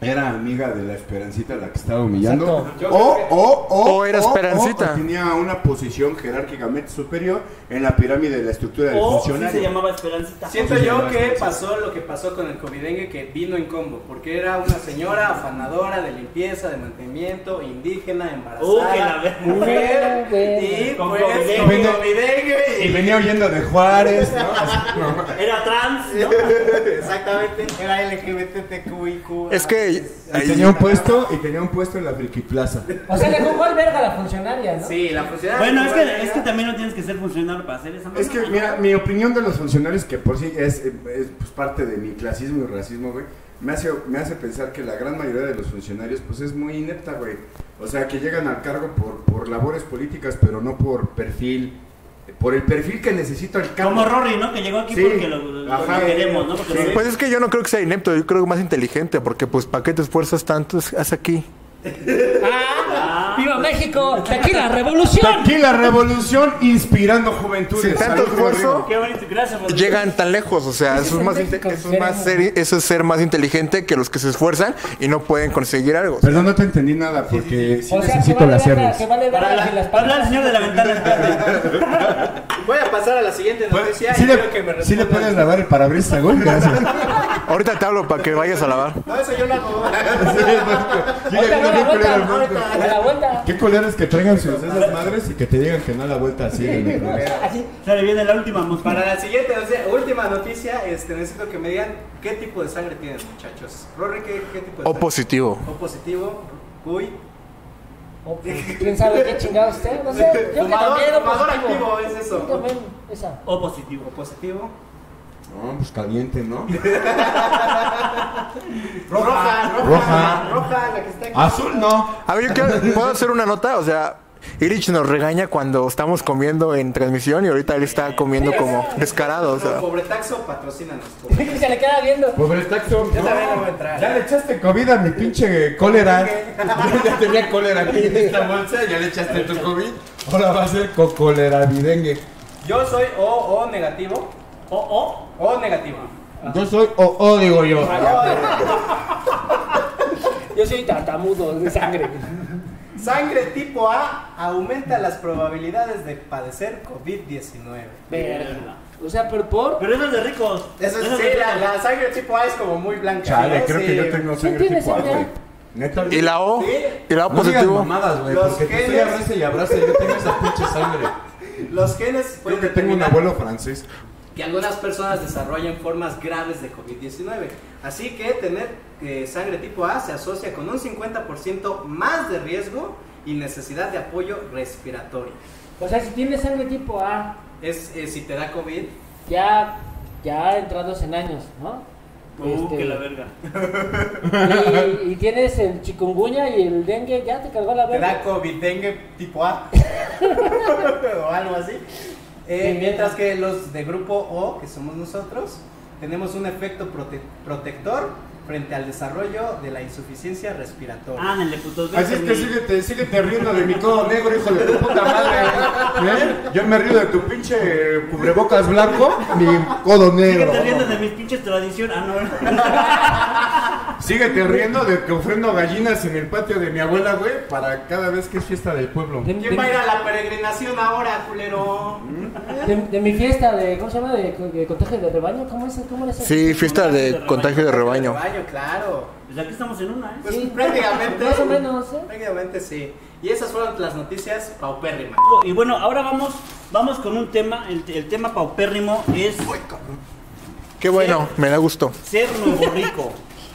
Speaker 7: era amiga de la Esperancita la que estaba humillando?
Speaker 4: Exacto.
Speaker 7: O, o, o,
Speaker 2: O era Esperancita.
Speaker 7: o tenía una posición jerárquicamente superior en la pirámide de la estructura del
Speaker 1: O sí
Speaker 7: funcionario.
Speaker 1: se llamaba Esperancita.
Speaker 3: Siento
Speaker 7: Sí,
Speaker 3: yo
Speaker 7: sí,
Speaker 3: que
Speaker 7: sí.
Speaker 3: pasó lo que pasó con el covidengue que vino en combo, porque era una señora afanadora de limpieza, de mantenimiento, indígena,
Speaker 1: Uh, que la
Speaker 3: embarazada,
Speaker 1: verga.
Speaker 3: mujer, y
Speaker 1: Con
Speaker 3: pues
Speaker 1: covidengue.
Speaker 3: con covidengue
Speaker 7: Y
Speaker 3: y-
Speaker 7: venía huyendo de Juárez, ¿no? Así, no,
Speaker 1: Era trans, ¿no?
Speaker 3: Exactamente, era LGBTQIQ.
Speaker 2: es que
Speaker 7: Y tenía un puesto, y tenía un puesto en la Friki Plaza.
Speaker 4: O sea, le jugó al verga a la funcionaria, ¿no?
Speaker 3: Sí, la funcionaria.
Speaker 1: Bueno, es que,
Speaker 3: covidengue-
Speaker 1: es que también no tienes que ser funcionario para hacer esa
Speaker 7: Es que,
Speaker 1: mamada.
Speaker 7: mira, mi opinión de los funcionarios, que por sí es, eh, es, pues, parte de mi clasismo y racismo, güey, me hace, me hace pensar que la gran mayoría de los funcionarios, pues es muy inepta, güey. O sea, que llegan al cargo por, por labores políticas, pero no por perfil, eh, por el perfil que necesita el cargo.
Speaker 1: Como Rory, ¿no? Que llegó aquí
Speaker 7: Sí.
Speaker 1: porque lo, lo
Speaker 7: Ajá.
Speaker 1: queremos, ¿no? Porque
Speaker 7: Sí.
Speaker 1: lo-
Speaker 2: Pues es que yo no creo que sea inepto, yo creo que más inteligente, porque pues ¿para qué te esfuerzas tanto? Haz aquí.
Speaker 1: Ah.
Speaker 4: ¡Viva México! ¡De aquí la revolución!
Speaker 7: Aquí la revolución inspirando juventudes.
Speaker 2: Sin tanto
Speaker 7: Saludos,
Speaker 2: esfuerzo.
Speaker 7: Rodrigo.
Speaker 1: Qué bonito, gracias. Rodrigo.
Speaker 2: Llegan tan lejos, o sea, eso
Speaker 4: Ese es
Speaker 2: es,
Speaker 4: el
Speaker 2: más,
Speaker 4: México
Speaker 2: inte- eso
Speaker 4: que
Speaker 2: es más
Speaker 4: queremos.
Speaker 2: ser, eso es ser más inteligente que los que se esfuerzan y no pueden conseguir algo.
Speaker 7: Perdón, no te entendí nada, porque sí,
Speaker 4: O sea, que
Speaker 7: necesito
Speaker 4: vale
Speaker 7: las
Speaker 4: verga,
Speaker 7: cerdas.
Speaker 4: que vale
Speaker 1: Para
Speaker 4: verga
Speaker 1: la-
Speaker 4: si las
Speaker 1: para hablar al señor de la ventana, espérate.
Speaker 3: Voy a pasar a la siguiente
Speaker 7: Bueno,
Speaker 3: noticia
Speaker 7: Pues, sí
Speaker 3: y
Speaker 7: le,
Speaker 3: quiero que me
Speaker 7: sí le
Speaker 3: respondan.
Speaker 7: puedes lavar el parabrisas, güey, gracias.
Speaker 2: Ahorita te hablo para que vayas a lavar.
Speaker 3: No, eso yo lo hago.
Speaker 7: Sí,
Speaker 4: Ahorita,
Speaker 7: le-
Speaker 4: ahorita,
Speaker 7: qué culero el
Speaker 4: ahorita,
Speaker 7: mundo.
Speaker 4: A la vuelta.
Speaker 7: Qué culero es que traigan sus esas madres y que te digan que no a la vuelta así. güey, ¿no?
Speaker 4: Así.
Speaker 1: Se le viene la última mos-
Speaker 3: Para
Speaker 1: para
Speaker 3: la siguiente, o sea, última noticia, este, necesito que me digan qué tipo de sangre tienen, muchachos. Rory, ¿qué, qué tipo de
Speaker 2: O
Speaker 3: sangre?
Speaker 2: positivo.
Speaker 3: O positivo, cuy.
Speaker 4: O, pues, ¿Quién sabe qué chingado usted? No sé. Yo que
Speaker 3: Fumador,
Speaker 4: también. o
Speaker 3: fumador
Speaker 4: positivo.
Speaker 3: activo, es eso.
Speaker 4: Yo también, esa.
Speaker 1: O
Speaker 3: O
Speaker 1: positivo. pues.
Speaker 3: positivo.
Speaker 7: No, pues caliente, ¿no?
Speaker 3: Roja, roja,
Speaker 7: Roja. Ah.
Speaker 3: roja, la que está aquí.
Speaker 7: Azul no.
Speaker 2: A ver, yo quiero- puedo hacer una nota, o sea, Irich nos regaña cuando estamos comiendo en transmisión y ahorita él está comiendo como descarado, o sea.
Speaker 3: Pobre taxo, patrocínanos. pobre.
Speaker 4: Se le queda viendo.
Speaker 7: Pobre Pues taxo.
Speaker 3: Yo
Speaker 7: no.
Speaker 3: también le voy a entrar.
Speaker 7: Ya le echaste COVID a mi pinche cólera. ya tenía cólera aquí en esta bolsa, ya le echaste tu COVID. Ahora va a ser cocólera videngue.
Speaker 3: Yo soy O, O negativo.
Speaker 1: O, o.
Speaker 3: O negativo.
Speaker 7: Yo soy o, o digo yo.
Speaker 4: Yo soy tartamudo de sangre.
Speaker 3: Sangre tipo A aumenta las probabilidades de padecer COVID-19.
Speaker 4: Verga. O sea, pero por.
Speaker 1: Pero eso es de ricos.
Speaker 3: Eso es,
Speaker 1: Eso
Speaker 3: sí,
Speaker 1: de
Speaker 3: la,
Speaker 1: ricos.
Speaker 3: la sangre tipo A es como muy blanca.
Speaker 7: Chale,
Speaker 3: ¿no?
Speaker 7: creo
Speaker 3: Sí.
Speaker 7: que yo tengo sangre
Speaker 4: tiene
Speaker 7: tipo A,
Speaker 4: sangre?
Speaker 7: güey. Neta.
Speaker 2: ¿Y la O? ¿Y la O
Speaker 7: No digas
Speaker 2: positivo?
Speaker 7: mamadas, güey,
Speaker 3: Los
Speaker 7: porque te
Speaker 3: genes.
Speaker 7: estoy abrazo y abrazo y yo tengo esa pinche sangre.
Speaker 3: Los genes
Speaker 7: Creo
Speaker 3: pueden
Speaker 7: que tengo un
Speaker 3: determinar
Speaker 7: abuelo francés.
Speaker 3: que algunas personas desarrollan formas graves de COVID-19. Así que tener eh, sangre tipo A se asocia con un 50% más de riesgo y necesidad de apoyo respiratorio.
Speaker 4: O sea, si tienes sangre tipo A,
Speaker 3: Es eh, si te da COVID,
Speaker 4: ya. Ya entrados en años, ¿no?
Speaker 1: Uh,
Speaker 4: Este,
Speaker 1: que la verga.
Speaker 4: y, y tienes el chikungunya y el dengue, ya te cargó la
Speaker 3: te
Speaker 4: verga.
Speaker 3: da COVID dengue tipo A o algo así. Eh,
Speaker 4: Sí.
Speaker 3: mientras que los de grupo O, que somos nosotros, tenemos un efecto prote- protector frente al desarrollo de la insuficiencia respiratoria.
Speaker 1: Ándale, putos.
Speaker 7: Así es que
Speaker 1: véanme.
Speaker 7: síguete, síguete riendo de mi codo negro, hijo de tu puta madre. ¿Eh? Yo me río de tu pinche cubrebocas blanco, mi codo negro.
Speaker 1: Síguete riendo de mis pinches tradiciones. Ah, no.
Speaker 7: Síguete riendo de que ofrendo gallinas en el patio de mi abuela, güey, para cada vez que es fiesta del pueblo.
Speaker 4: De,
Speaker 3: ¿Quién
Speaker 4: de-
Speaker 3: va a ir a la peregrinación ahora, culero?
Speaker 4: de- de mi fiesta de, ¿cómo se llama? De, de contagio de rebaño, ¿cómo es? ¿Cómo era esa?
Speaker 2: Sí, fiesta de contagio de rebaño.
Speaker 3: Baño, claro.
Speaker 1: Pues aquí estamos en una, ¿eh?
Speaker 3: Pues
Speaker 4: Sí.
Speaker 3: prácticamente.
Speaker 4: Más o menos, ¿eh?
Speaker 3: Prácticamente sí. Y esas fueron las noticias paupérrimas.
Speaker 1: Y bueno, ahora vamos, vamos con un tema. El, el tema paupérrimo es
Speaker 2: Qué bueno, me da gusto.
Speaker 1: ser nuevo rico.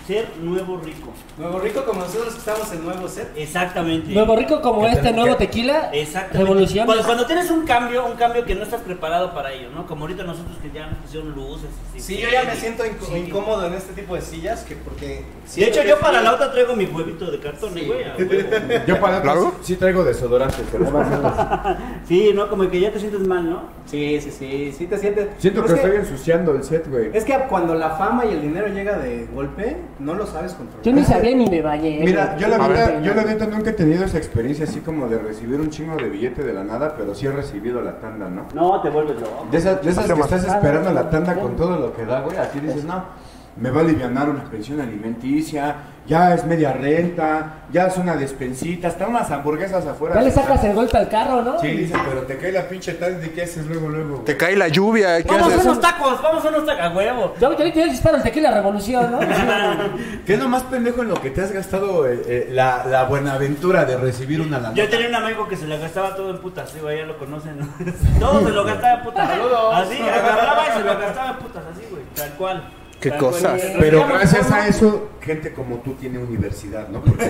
Speaker 1: ser nuevo rico.
Speaker 3: Nuevo Rico, como nosotros que estamos en Nuevo Set.
Speaker 1: Exactamente.
Speaker 4: Nuevo rico como este nuevo tequila.
Speaker 1: Exactamente. Pues,
Speaker 4: Revolución.
Speaker 1: Cuando, cuando tienes un cambio, un cambio que no estás preparado para ello, ¿no? Como ahorita nosotros que ya nos pusieron luces. así.
Speaker 3: Sí, yo ya me siento inco-
Speaker 1: Sí.
Speaker 3: incómodo en este tipo de sillas que porque.
Speaker 1: De
Speaker 3: siento
Speaker 1: hecho,
Speaker 3: que
Speaker 1: yo
Speaker 3: es
Speaker 1: para
Speaker 3: mi-
Speaker 1: la otra traigo mi huevito de cartón, eh, güey. a huevo.
Speaker 7: Yo para otras
Speaker 2: ¿Claro?
Speaker 7: sí traigo desodorante, pero no más.
Speaker 1: Sí, ¿no? Como que ya te sientes mal, ¿no?
Speaker 3: Sí, sí, sí, sí te sientes.
Speaker 7: Siento
Speaker 3: Es
Speaker 7: que estoy ensuciando el set, güey.
Speaker 3: Es que cuando la fama y el dinero llega de golpe, no lo sabes controlar.
Speaker 4: Yo ni sabía ni me bañé. ¿eh?
Speaker 7: Mira, yo la,
Speaker 2: A
Speaker 7: neta, yo la neta nunca he tenido esa experiencia así como de recibir un chingo de billete de la nada, pero sí he recibido la tanda, ¿no?
Speaker 1: No, te vuelves loco.
Speaker 7: De esas, de esas que
Speaker 2: Además.
Speaker 4: Ah,
Speaker 7: estás esperando la tanda con todo lo que da, güey, así dices, no, me va a aliviar una pensión alimenticia, ya es media renta, ya es una despensita, están unas hamburguesas afuera.
Speaker 4: Ya le sacas el golpe al carro, ¿no?
Speaker 7: Sí, dices, pero te cae la pinche tanda y ¿qué haces luego, luego?
Speaker 2: Te cae la lluvia, ¿qué
Speaker 1: Vamos a
Speaker 2: haces?
Speaker 1: unos tacos, vamos a unos tacos, a huevo.
Speaker 4: Yo, yo, yo disparo el tequila revolución, ¿no?
Speaker 7: ¿Qué es lo más pendejo en lo que te has gastado eh, eh, la, la buenaventura de recibir una lana?
Speaker 1: Yo tenía un amigo que se le gastaba todo en putas, sí, güey, ya lo conocen. ¿no? todo se lo gastaba en putas.
Speaker 3: Saludos.
Speaker 1: Así, agarraba y se lo gastaba en putas, así, güey, tal cual.
Speaker 2: Qué
Speaker 1: Tal cual.
Speaker 2: cosas.
Speaker 7: Pero gracias a eso, gente como tú tiene universidad, ¿no? Porque-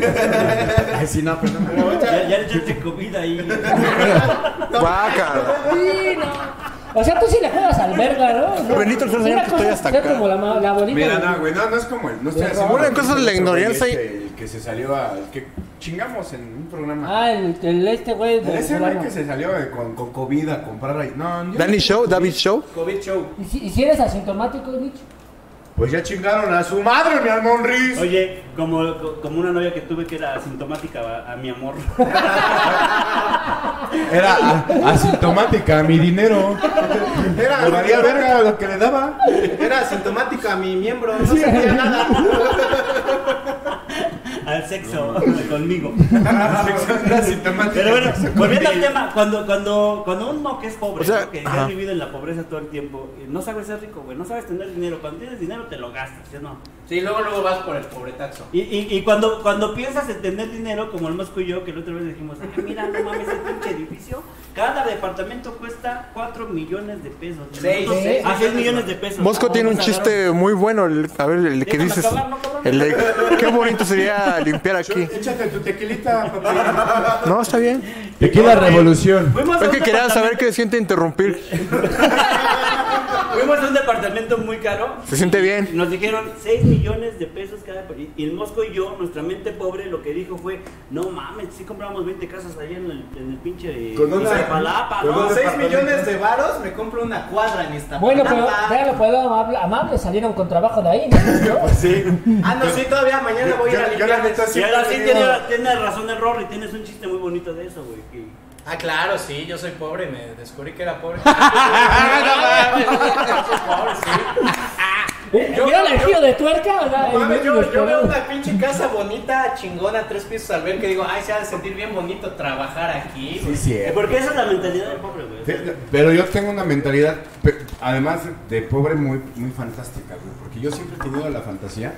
Speaker 7: Ay, sí, no, perdón.
Speaker 1: Ya, ya le echaste comida ahí.
Speaker 2: Guácala.
Speaker 4: Sí, no. O sea, tú sí le juegas al verga, ¿no?
Speaker 2: Bendito el señor que
Speaker 4: Una
Speaker 2: estoy
Speaker 4: cosa es
Speaker 2: hasta
Speaker 4: ser
Speaker 2: acá.
Speaker 4: como la, ma- la bonita.
Speaker 7: Mira, no, güey, no, no es como el. No estoy haciendo
Speaker 2: Una
Speaker 7: lo
Speaker 2: cosa es la
Speaker 7: mismo, güey,
Speaker 2: ignorancia y-
Speaker 7: este, El que se salió a. El que chingamos en un programa.
Speaker 4: Ah, el, el este güey.
Speaker 1: pues,
Speaker 4: de-
Speaker 7: Ese güey
Speaker 4: bueno.
Speaker 7: que se salió eh, con, con COVID a comprar ahí. No, yo-
Speaker 2: Danny Show, David Show.
Speaker 3: COVID show.
Speaker 4: ¿Y, si, y si eres asintomático, Nicho?
Speaker 7: Pues ya chingaron a su madre, mi hermano Riz.
Speaker 1: Oye, como, como una novia que tuve que era asintomática a, a mi amor.
Speaker 7: Era a- asintomática, mi dinero. Era María Verga lo que le daba.
Speaker 3: Era sintomática mi miembro, no sabía nada.
Speaker 1: al sexo conmigo.
Speaker 7: Era asintomática.
Speaker 1: Pero bueno, volviendo al tema, cuando, cuando, cuando uno que es pobre,
Speaker 2: O sea,
Speaker 1: ¿no? que
Speaker 2: ajá.
Speaker 1: ha vivido en la pobreza todo el tiempo, eh, no sabes ser rico, güey, no sabes tener dinero. Cuando tienes dinero te lo gastas, ¿sí o no?
Speaker 3: Sí, luego luego vas por el pobretaxo.
Speaker 1: Y, y, y cuando, cuando piensas en tener dinero, como el Mosco y yo, que la otra vez dijimos, "Ah, mira, no mames, ese pinche edificio, cada departamento cuesta 4 millones de pesos.
Speaker 3: Seis,
Speaker 1: Nosotros,
Speaker 3: seis
Speaker 1: a 6
Speaker 3: millones.
Speaker 1: millones de pesos.
Speaker 2: Mosco
Speaker 1: Ah,
Speaker 2: tiene un
Speaker 1: nos agarraron.
Speaker 2: chiste muy bueno. el- a ver, el que
Speaker 1: Déjame
Speaker 2: dices.
Speaker 1: acabar, no, cabrón.
Speaker 2: El de, qué bonito sería limpiar aquí.
Speaker 7: Échate tu tequilita, papá.
Speaker 2: No, está bien.
Speaker 7: Tequila revolución.
Speaker 1: Fuimos a
Speaker 2: Es
Speaker 1: un
Speaker 2: que quería
Speaker 1: departamento-
Speaker 2: saber qué se siente interrumpir.
Speaker 1: Fuimos a un departamento muy caro.
Speaker 2: Se siente
Speaker 1: Y
Speaker 2: bien.
Speaker 1: Nos dijeron 6 millones de pesos cada. per- Y el Mosco y yo, nuestra mente pobre, lo que dijo fue: No mames, si compramos 20 casas allá en el, en el pinche.
Speaker 7: Con una-
Speaker 1: Iztapalapa,
Speaker 7: con
Speaker 1: ¿no?
Speaker 3: Con
Speaker 7: una-
Speaker 3: 6 millones de varos me compro una cuadra en esta
Speaker 4: Bueno, pero véalo, pues amable, amable, salieron con trabajo de ahí, ¿no?
Speaker 7: Pues sí.
Speaker 3: Ah, no, sí, todavía mañana voy a ir a
Speaker 7: Yo- yo la
Speaker 3: limpiar.
Speaker 7: neta
Speaker 1: Y
Speaker 7: sí
Speaker 1: ahora sí
Speaker 7: he
Speaker 1: tiene,
Speaker 7: tenido-
Speaker 1: tiene razón el Rory, tienes un chiste muy bonito de eso, güey. que-
Speaker 3: Ah, claro, sí, yo soy pobre, me descubrí que era pobre. Yo-
Speaker 4: ¿Vieron el giro de tuerca? O sea,
Speaker 3: No mames,
Speaker 4: el-
Speaker 3: yo,
Speaker 4: los
Speaker 3: yo veo
Speaker 4: colores.
Speaker 3: una pinche casa bonita, chingona, tres pisos al ver que digo, ay, se ha de sentir bien bonito trabajar aquí.
Speaker 7: Sí, sí, eh.
Speaker 1: Porque esa es la mentalidad del pobre, güey. o sea,
Speaker 7: Pero yo tengo una mentalidad, pe- además de pobre, muy, muy fantástica, güey. Porque yo siempre he tenido la fantasía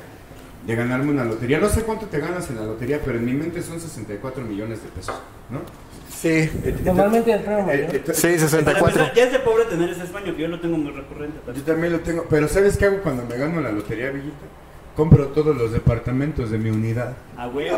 Speaker 7: de ganarme una lotería. No sé cuánto te ganas en la lotería, pero en mi mente son 64 millones de pesos, ¿no?
Speaker 2: Sí.
Speaker 4: Normalmente el premio,
Speaker 7: Eh,
Speaker 4: ¿no?
Speaker 7: eh,
Speaker 2: Sí,
Speaker 1: para
Speaker 2: 64.
Speaker 1: empezar, Ya es de pobre tener ese sueño, que yo lo tengo muy recurrente
Speaker 7: Yo
Speaker 1: también.
Speaker 7: también lo tengo. Pero ¿sabes qué hago cuando me gano la lotería, Villita? Compro todos los departamentos de mi unidad.
Speaker 1: A huevo.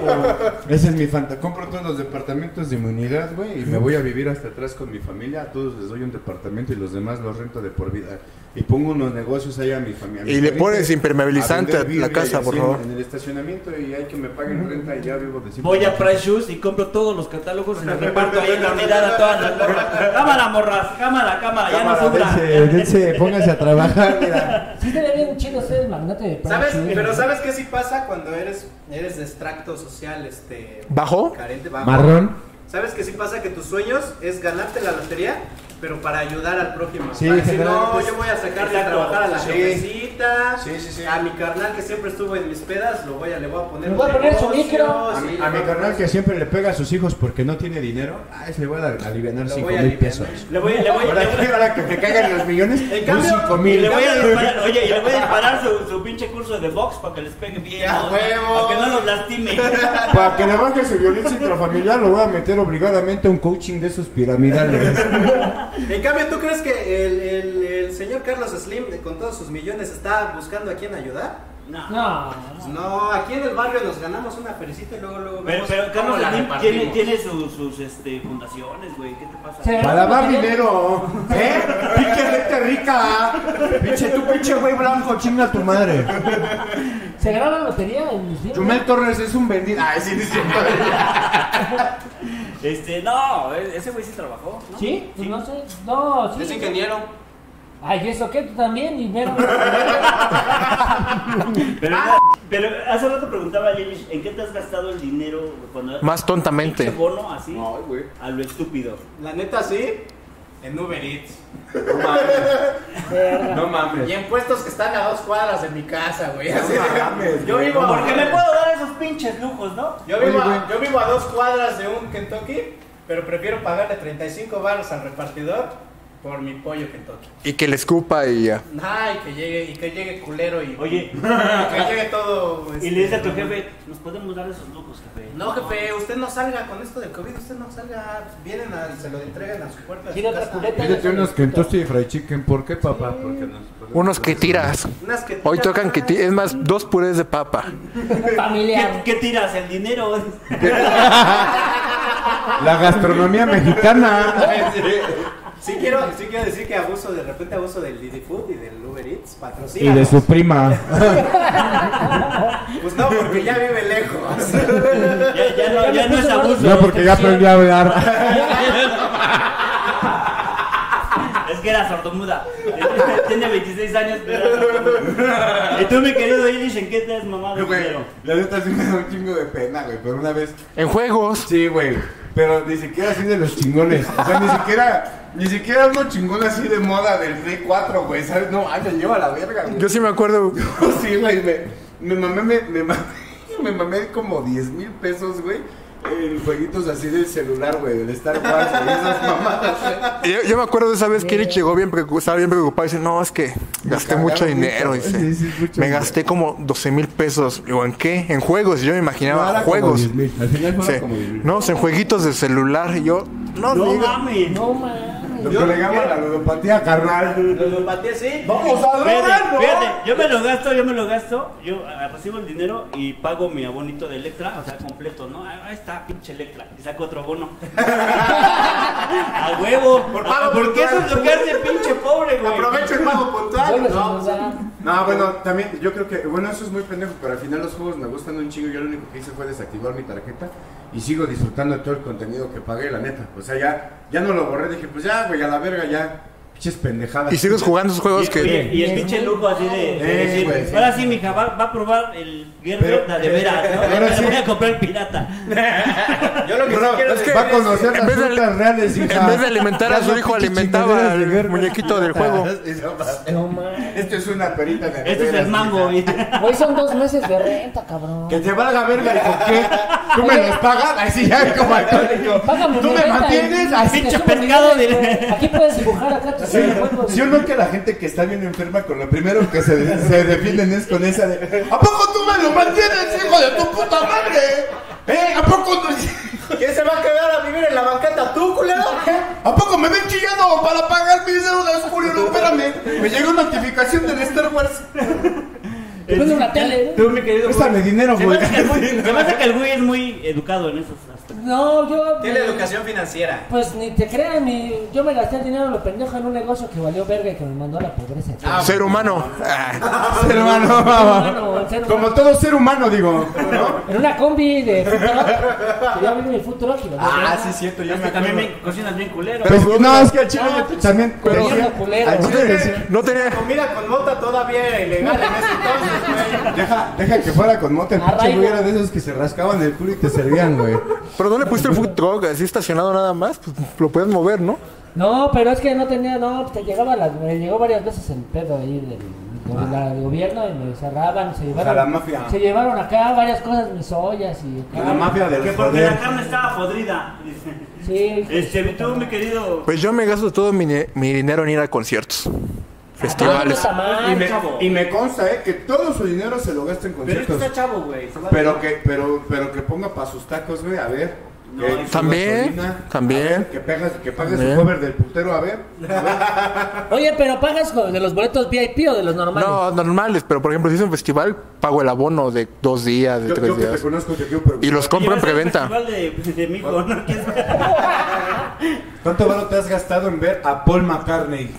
Speaker 7: Esa es mi fanta. Compro todos los departamentos de mi unidad, güey, y me voy a vivir hasta atrás con mi familia. A todos les doy un departamento y los demás los rento de por vida. y pongo unos negocios ahí a mi familia.
Speaker 2: Y le pones impermeabilizante a la casa, por favor.
Speaker 7: En el estacionamiento y hay que me paguen renta y ya vivo de sí.
Speaker 9: Voy a Price Shoes y compro todos los catálogos y los reparto ahí en la unidad a todas las morras. Cámara, morras, cámara, cámara, ya no sufra.
Speaker 3: Dense, dense, pónganse a trabajar. mira.
Speaker 4: Sí estaría bien chido ser el magnate de Price
Speaker 8: ¿Sabes?
Speaker 4: Shoes.
Speaker 8: Pero ¿sabes qué sí pasa cuando eres, eres de extracto social, este...
Speaker 2: ¿Bajo?
Speaker 8: Carente, bajo?
Speaker 3: Marrón.
Speaker 8: ¿Sabes qué sí pasa? Que tus sueños es ganarte la lotería, pero para ayudar al prójimo.
Speaker 3: Sí,
Speaker 8: Para decir,
Speaker 3: generalmente
Speaker 8: no,
Speaker 3: es-
Speaker 8: yo voy a sacarle a
Speaker 1: Exacto.
Speaker 8: trabajar a la
Speaker 7: Sí.
Speaker 8: jefecita,
Speaker 7: Sí, sí, sí.
Speaker 8: a mi carnal que siempre estuvo en mis pedas, lo voy a, le voy a poner
Speaker 4: Le
Speaker 8: un
Speaker 4: voy a poner su
Speaker 8: negocio,
Speaker 4: micro.
Speaker 7: A mi,
Speaker 8: sí,
Speaker 7: a
Speaker 8: le
Speaker 7: mi
Speaker 8: voy a-
Speaker 7: carnal que siempre le pega a sus hijos porque no tiene dinero, ah, ese le voy a aliviar
Speaker 8: Lo
Speaker 7: 5
Speaker 8: voy a
Speaker 7: mil
Speaker 8: aliviar.
Speaker 7: pesos.
Speaker 1: Le voy, le voy,
Speaker 7: Ahora,
Speaker 1: le voy-
Speaker 7: que- ahora que me caigan los millones,
Speaker 8: En
Speaker 7: un
Speaker 8: cambio,
Speaker 7: 5
Speaker 1: y
Speaker 7: mil.
Speaker 1: le voy a disparar, oye, y le voy a disparar su, su pinche curso de box para que les pegue bien.
Speaker 8: Ya,
Speaker 1: ¿no? Para
Speaker 8: huevo.
Speaker 1: que no los lastime.
Speaker 7: Para que le baje su violencia intrafamiliar, lo voy a meter obligadamente a un coaching de esos piramidales.
Speaker 8: En cambio, ¿tú crees que el, el- el señor Carlos Slim, de- con todos sus millones, está buscando a quién ayudar?
Speaker 1: No.
Speaker 4: No,
Speaker 8: Pues no, aquí en el barrio nos ganamos una felicita y luego, luego
Speaker 1: Pero,
Speaker 8: vemos
Speaker 1: pero
Speaker 8: cómo
Speaker 1: Carlos
Speaker 8: la
Speaker 1: Slim
Speaker 8: repartimos.
Speaker 1: tiene, tiene sus, sus este, fundaciones, güey. ¿Qué te pasa?
Speaker 4: Sí.
Speaker 7: Para dar dinero. ¿Eh? Pinche gente rica. Pinche tú, pinche güey blanco, chinga tu madre.
Speaker 4: se graba la lotería en mis
Speaker 7: Chumel Torres es un vendido. Ay, sí, sí.
Speaker 1: Este, no, e- ese güey sí trabajó, ¿no?
Speaker 4: ¿Sí? Pues no sé. No, sí.
Speaker 8: Es ingeniero.
Speaker 4: Ay, eso qué, tú también, y ver.
Speaker 1: Pero, pero hace rato preguntaba a Lilish, ¿en qué te has gastado el dinero cuando
Speaker 2: Más tontamente.
Speaker 1: Pinche bono así?
Speaker 7: Ay, güey.
Speaker 1: A lo estúpido.
Speaker 8: La neta, sí. En Uber Eats.
Speaker 3: No mames. No
Speaker 8: Y
Speaker 3: mames.
Speaker 8: en puestos que están a dos cuadras de mi casa, güey. Así de-
Speaker 3: mames,
Speaker 8: yo,
Speaker 3: güey,
Speaker 8: vivo
Speaker 3: no
Speaker 8: a,
Speaker 1: Porque me puedo dar esos pinches lujos, ¿no?
Speaker 8: yo, vivo a,
Speaker 7: Oye, güey.
Speaker 8: yo vivo a dos cuadras de un Kentucky, pero prefiero pagarle 35 baros al repartidor por mi pollo Kentucky.
Speaker 2: Y que le escupa y ya.
Speaker 8: Ay, que llegue, y que llegue culero y
Speaker 1: Oye,
Speaker 8: que llegue todo.
Speaker 1: y
Speaker 8: este,
Speaker 1: le dices a tu jefe, nos podemos dar esos lujos, jefe.
Speaker 8: No, jefe, usted no salga con esto del COVID, usted no salga. Vienen a, se lo entregan a su puerta. de
Speaker 4: Tiene
Speaker 8: su
Speaker 4: otra
Speaker 8: casa.
Speaker 4: culeta.
Speaker 7: Pídete unos Kentucky y Fried Chicken. ¿Por qué, papá? Porque no.
Speaker 2: Unos que tiras.
Speaker 8: Unas que
Speaker 2: Hoy tocan que ti- Es más, dos purés de papa.
Speaker 1: ¿Qué,
Speaker 4: familiar.
Speaker 1: qué tiras? ¿El dinero?
Speaker 7: La gastronomía mexicana.
Speaker 8: Sí quiero, sí quiero decir que abuso, de repente abuso del Didi Food y del Uber Eats,
Speaker 7: Y
Speaker 8: patrocina.
Speaker 7: de su prima.
Speaker 8: Pues no, porque ya vive lejos.
Speaker 1: Ya, ya no, ya no es abuso.
Speaker 7: No, porque ya aprendí a hablar.
Speaker 1: Es que era sordomuda. Tiene 26 años, pero era sordomuda. Y tú, mi querido Ilish, ¿en qué te has mamado el
Speaker 7: Güey,
Speaker 1: dinero?
Speaker 7: la neta sí me da un chingo de pena, güey. Pero una vez
Speaker 2: En juegos.
Speaker 7: Sí, güey. Pero ni siquiera así de los chingones. O sea, ni siquiera, ni siquiera uno chingón así de moda del Play 4, güey. ¿Sabes? No, ay, me lleva a la verga, güey.
Speaker 2: Yo sí me acuerdo.
Speaker 7: sí, güey. Me, me mamé, me, me mamé, me mamé como 10 mil pesos, güey. En jueguitos así del celular, güey, del Star Wars, y esas mamadas.
Speaker 2: Yo, yo me acuerdo de esa vez que Eric llegó bien preocu- estaba bien preocupado. Dice, no, es que gasté
Speaker 7: cagaron
Speaker 2: mucho
Speaker 7: mucho".
Speaker 2: dinero. Dice,
Speaker 7: Sí, sí, mucho
Speaker 2: me
Speaker 7: dinero".
Speaker 2: gasté como 12 mil pesos. Digo, ¿en qué? En juegos. Yo me
Speaker 7: No,
Speaker 2: imaginaba
Speaker 7: era como
Speaker 2: juegos.
Speaker 7: 10,000. Al final fueron
Speaker 2: Sí.
Speaker 7: como 10 mil.
Speaker 2: No, o sea, en jueguitos de celular. Y yo, no,
Speaker 1: No
Speaker 2: diga-
Speaker 1: mames.
Speaker 4: No mames.
Speaker 7: Lo que le llaman la ludopatía, carnal.
Speaker 8: Los empatía sí.
Speaker 7: Vamos a
Speaker 1: Fíjate,
Speaker 7: drogar, ¿no?
Speaker 1: fíjate, yo me lo gasto, yo me lo gasto, yo ah, recibo el dinero y pago mi abonito de Electra, o sea, completo, ¿no? Ah, Ahí está, pinche Electra, y saco otro abono. A huevo,
Speaker 8: Por
Speaker 1: por
Speaker 8: pago
Speaker 1: porque eso
Speaker 8: puntual.
Speaker 1: es lo que hace pinche pobre, güey.
Speaker 7: Aprovecha el pago puntual.
Speaker 4: Vuelves a
Speaker 7: No,
Speaker 4: usar.
Speaker 7: No, bueno, también yo creo que, bueno, eso es muy pendejo, pero al final los juegos me gustan un chingo. Yo lo único que hice fue desactivar mi tarjeta y sigo disfrutando de todo el contenido que pagué, la neta. O sea, ya, ya no lo borré, dije, pues ya, güey, a la verga, ya. Pinches pendejadas.
Speaker 2: Y sigues jugando esos juegos
Speaker 1: Y, oye,
Speaker 2: que.
Speaker 1: y el pinche lujo así de, de
Speaker 7: Eh,
Speaker 1: decir,
Speaker 7: güey, sí.
Speaker 1: ahora sí, mija, va, va a probar el
Speaker 7: Pero-
Speaker 1: guerrero de veras, ¿no?
Speaker 7: Ahora
Speaker 1: Ahora
Speaker 7: sí.
Speaker 1: voy a comprar pirata.
Speaker 8: Yo lo que sí
Speaker 7: Bro,
Speaker 8: quiero
Speaker 7: es que
Speaker 8: decir
Speaker 7: va a conocer
Speaker 2: en
Speaker 7: las
Speaker 2: vez de-
Speaker 7: frutas reales, hija.
Speaker 2: En vez de alimentar a su hijo, alimentaba al muñequito del juego.
Speaker 4: No mames.
Speaker 7: Esto es una perita de
Speaker 1: Este es el
Speaker 7: veras,
Speaker 1: mango,
Speaker 7: mija.
Speaker 1: güey.
Speaker 4: Hoy son dos meses de renta, cabrón.
Speaker 7: Que te valga verga, hijo, ¿qué? ¿Tú me los pagas? Así ya, como alcohólico.
Speaker 4: Págame
Speaker 7: ¿Tú
Speaker 4: mi
Speaker 7: me
Speaker 4: renta,
Speaker 7: mantienes?
Speaker 4: eh.
Speaker 7: Así
Speaker 4: Te
Speaker 1: pinche
Speaker 4: subo mi
Speaker 1: pescado de-
Speaker 4: renta, güey. Aquí puedes dibujar acá tus
Speaker 7: Sí,
Speaker 4: juegos.
Speaker 7: sí o no que la gente que está bien enferma con lo primero que se, se defienden es con esa de ¿A poco tú me lo mantienes, hijo de tu puta madre? ¿Eh? ¿A poco no-
Speaker 8: ¿Quién se va a quedar a vivir en la banqueta tú, culero?
Speaker 7: ¿A poco me ven chillando para pagar mis deudas, Julio? No, espérame. Me llegó notificación del Star Wars.
Speaker 4: Te prende una tele.
Speaker 10: Tú, mi querido.
Speaker 7: Préstame dinero,
Speaker 1: Se me
Speaker 7: güey.
Speaker 1: hace que el güey- se me hace que el güey es muy educado en esos aspectos.
Speaker 4: No, yo.
Speaker 8: Tiene educación financiera.
Speaker 4: Pues ni te creas, ni yo me gasté el dinero lo pendejo en un negocio que valió verga y que me mandó a la pobreza.
Speaker 8: Ah,
Speaker 2: Ser humano. Ah,
Speaker 7: Ser humano.
Speaker 4: Hermano, en serio,
Speaker 7: Como todo ser humano, digo.
Speaker 4: en una combi de food truck. Quería abrir mi food truck y lo
Speaker 8: Ah, sí, cierto, yo
Speaker 1: Es
Speaker 8: me
Speaker 1: que también
Speaker 8: acuerdo.
Speaker 1: bien- cocinas bien culero.
Speaker 7: Pues, no, es que al chile yo también.
Speaker 4: Pero,
Speaker 7: pero-
Speaker 4: culero.
Speaker 7: al chile decía-
Speaker 2: no tenía.
Speaker 8: Comida con mota todavía era ilegal en ese entonces, güey.
Speaker 7: Deja, deja que fuera con mote el pinche
Speaker 4: Arraigo.
Speaker 7: güey era de esos que se rascaban el culo y te servían, güey.
Speaker 2: Pero no le pusiste el food truck así estacionado nada más. Pues lo puedes mover, ¿no?
Speaker 4: No, pero es que no tenía, no, pues, te llegaba la- me llegó varias veces el pedo ahí del, del- la- del gobierno y me cerraban, se llevaron,
Speaker 7: Ah. la mafia.
Speaker 4: se llevaron acá varias cosas, mis ollas y acá.
Speaker 7: Ah, La mafia del
Speaker 1: Que porque la
Speaker 7: poder.
Speaker 1: carne estaba podrida. dice.
Speaker 4: Sí,
Speaker 1: Este, tú, mi querido.
Speaker 2: Pues yo me gasto todo mi, mi dinero en ir a conciertos. Festivales.
Speaker 1: Ah,
Speaker 7: Y me, y me consta, eh, que todo su dinero se lo gasta en
Speaker 8: Pero es que
Speaker 7: conciertos.
Speaker 8: está chavo, güey. se va a-
Speaker 7: Pero que, pero, pero que ponga para sus tacos, güey, a ver.
Speaker 1: No,
Speaker 7: Que su
Speaker 2: También,
Speaker 7: gasolina,
Speaker 2: también.
Speaker 7: a ver, Que pagas, que pague
Speaker 2: También.
Speaker 7: su cover del putero, a ver.
Speaker 4: Oye, pero pagas con- de los boletos VIP o de los normales.
Speaker 2: No, normales, pero por ejemplo, si es un festival, pago el abono de dos días, de
Speaker 7: Yo,
Speaker 2: tres
Speaker 7: yo que te
Speaker 2: días.
Speaker 7: conozco, te quiero preguntar.
Speaker 2: Y los compro en preventa.
Speaker 1: Llevas al festival de, de mi hijo, ¿no? Que es-
Speaker 7: ¿Cuánto valor te has gastado en ver a Paul McCartney?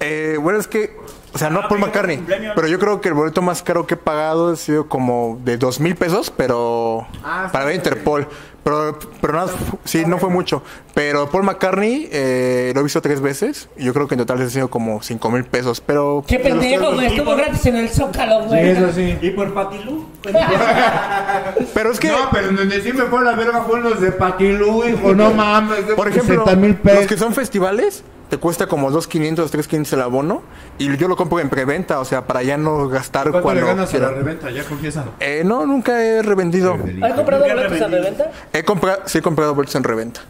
Speaker 2: Eh, bueno, es que, o sea, no
Speaker 1: Ah,
Speaker 2: Paul
Speaker 1: pero
Speaker 2: McCartney,
Speaker 1: cumpleaños.
Speaker 2: pero yo creo que el boleto más caro que he pagado ha sido como de dos mil pesos, pero
Speaker 7: Ah,
Speaker 2: para
Speaker 7: sí,
Speaker 2: ver Interpol. Pero, pero nada, fu- sí, no fue mucho. Pero Paul McCartney eh, lo he visto tres veces. y Yo creo que en total ha sido como cinco mil pesos. Pero
Speaker 4: Qué pendejo, güey, estuvo gratis en el Zócalo, güey.
Speaker 7: sí.
Speaker 1: Y por Patilú.
Speaker 2: pero es que,
Speaker 7: No, pero en donde sí me fue la verga fue los de Patilú, hijo, no mames.
Speaker 2: por ejemplo,
Speaker 7: 60 mil pesos.
Speaker 2: los que son festivales te cuesta como dos quinientos, tres quinientos el abono. Y yo lo compro en preventa, o sea, para ya no gastar
Speaker 7: ¿Cuánto le
Speaker 2: cuando
Speaker 7: ganas a la
Speaker 2: quiera.
Speaker 7: reventa? Ya confiesa.
Speaker 2: Eh, no, nunca he revendido.
Speaker 4: ¿Has comprado
Speaker 1: Nunca
Speaker 4: boletos a
Speaker 1: revendí.
Speaker 4: reventa?
Speaker 2: He comprado, sí he comprado boletos en reventa.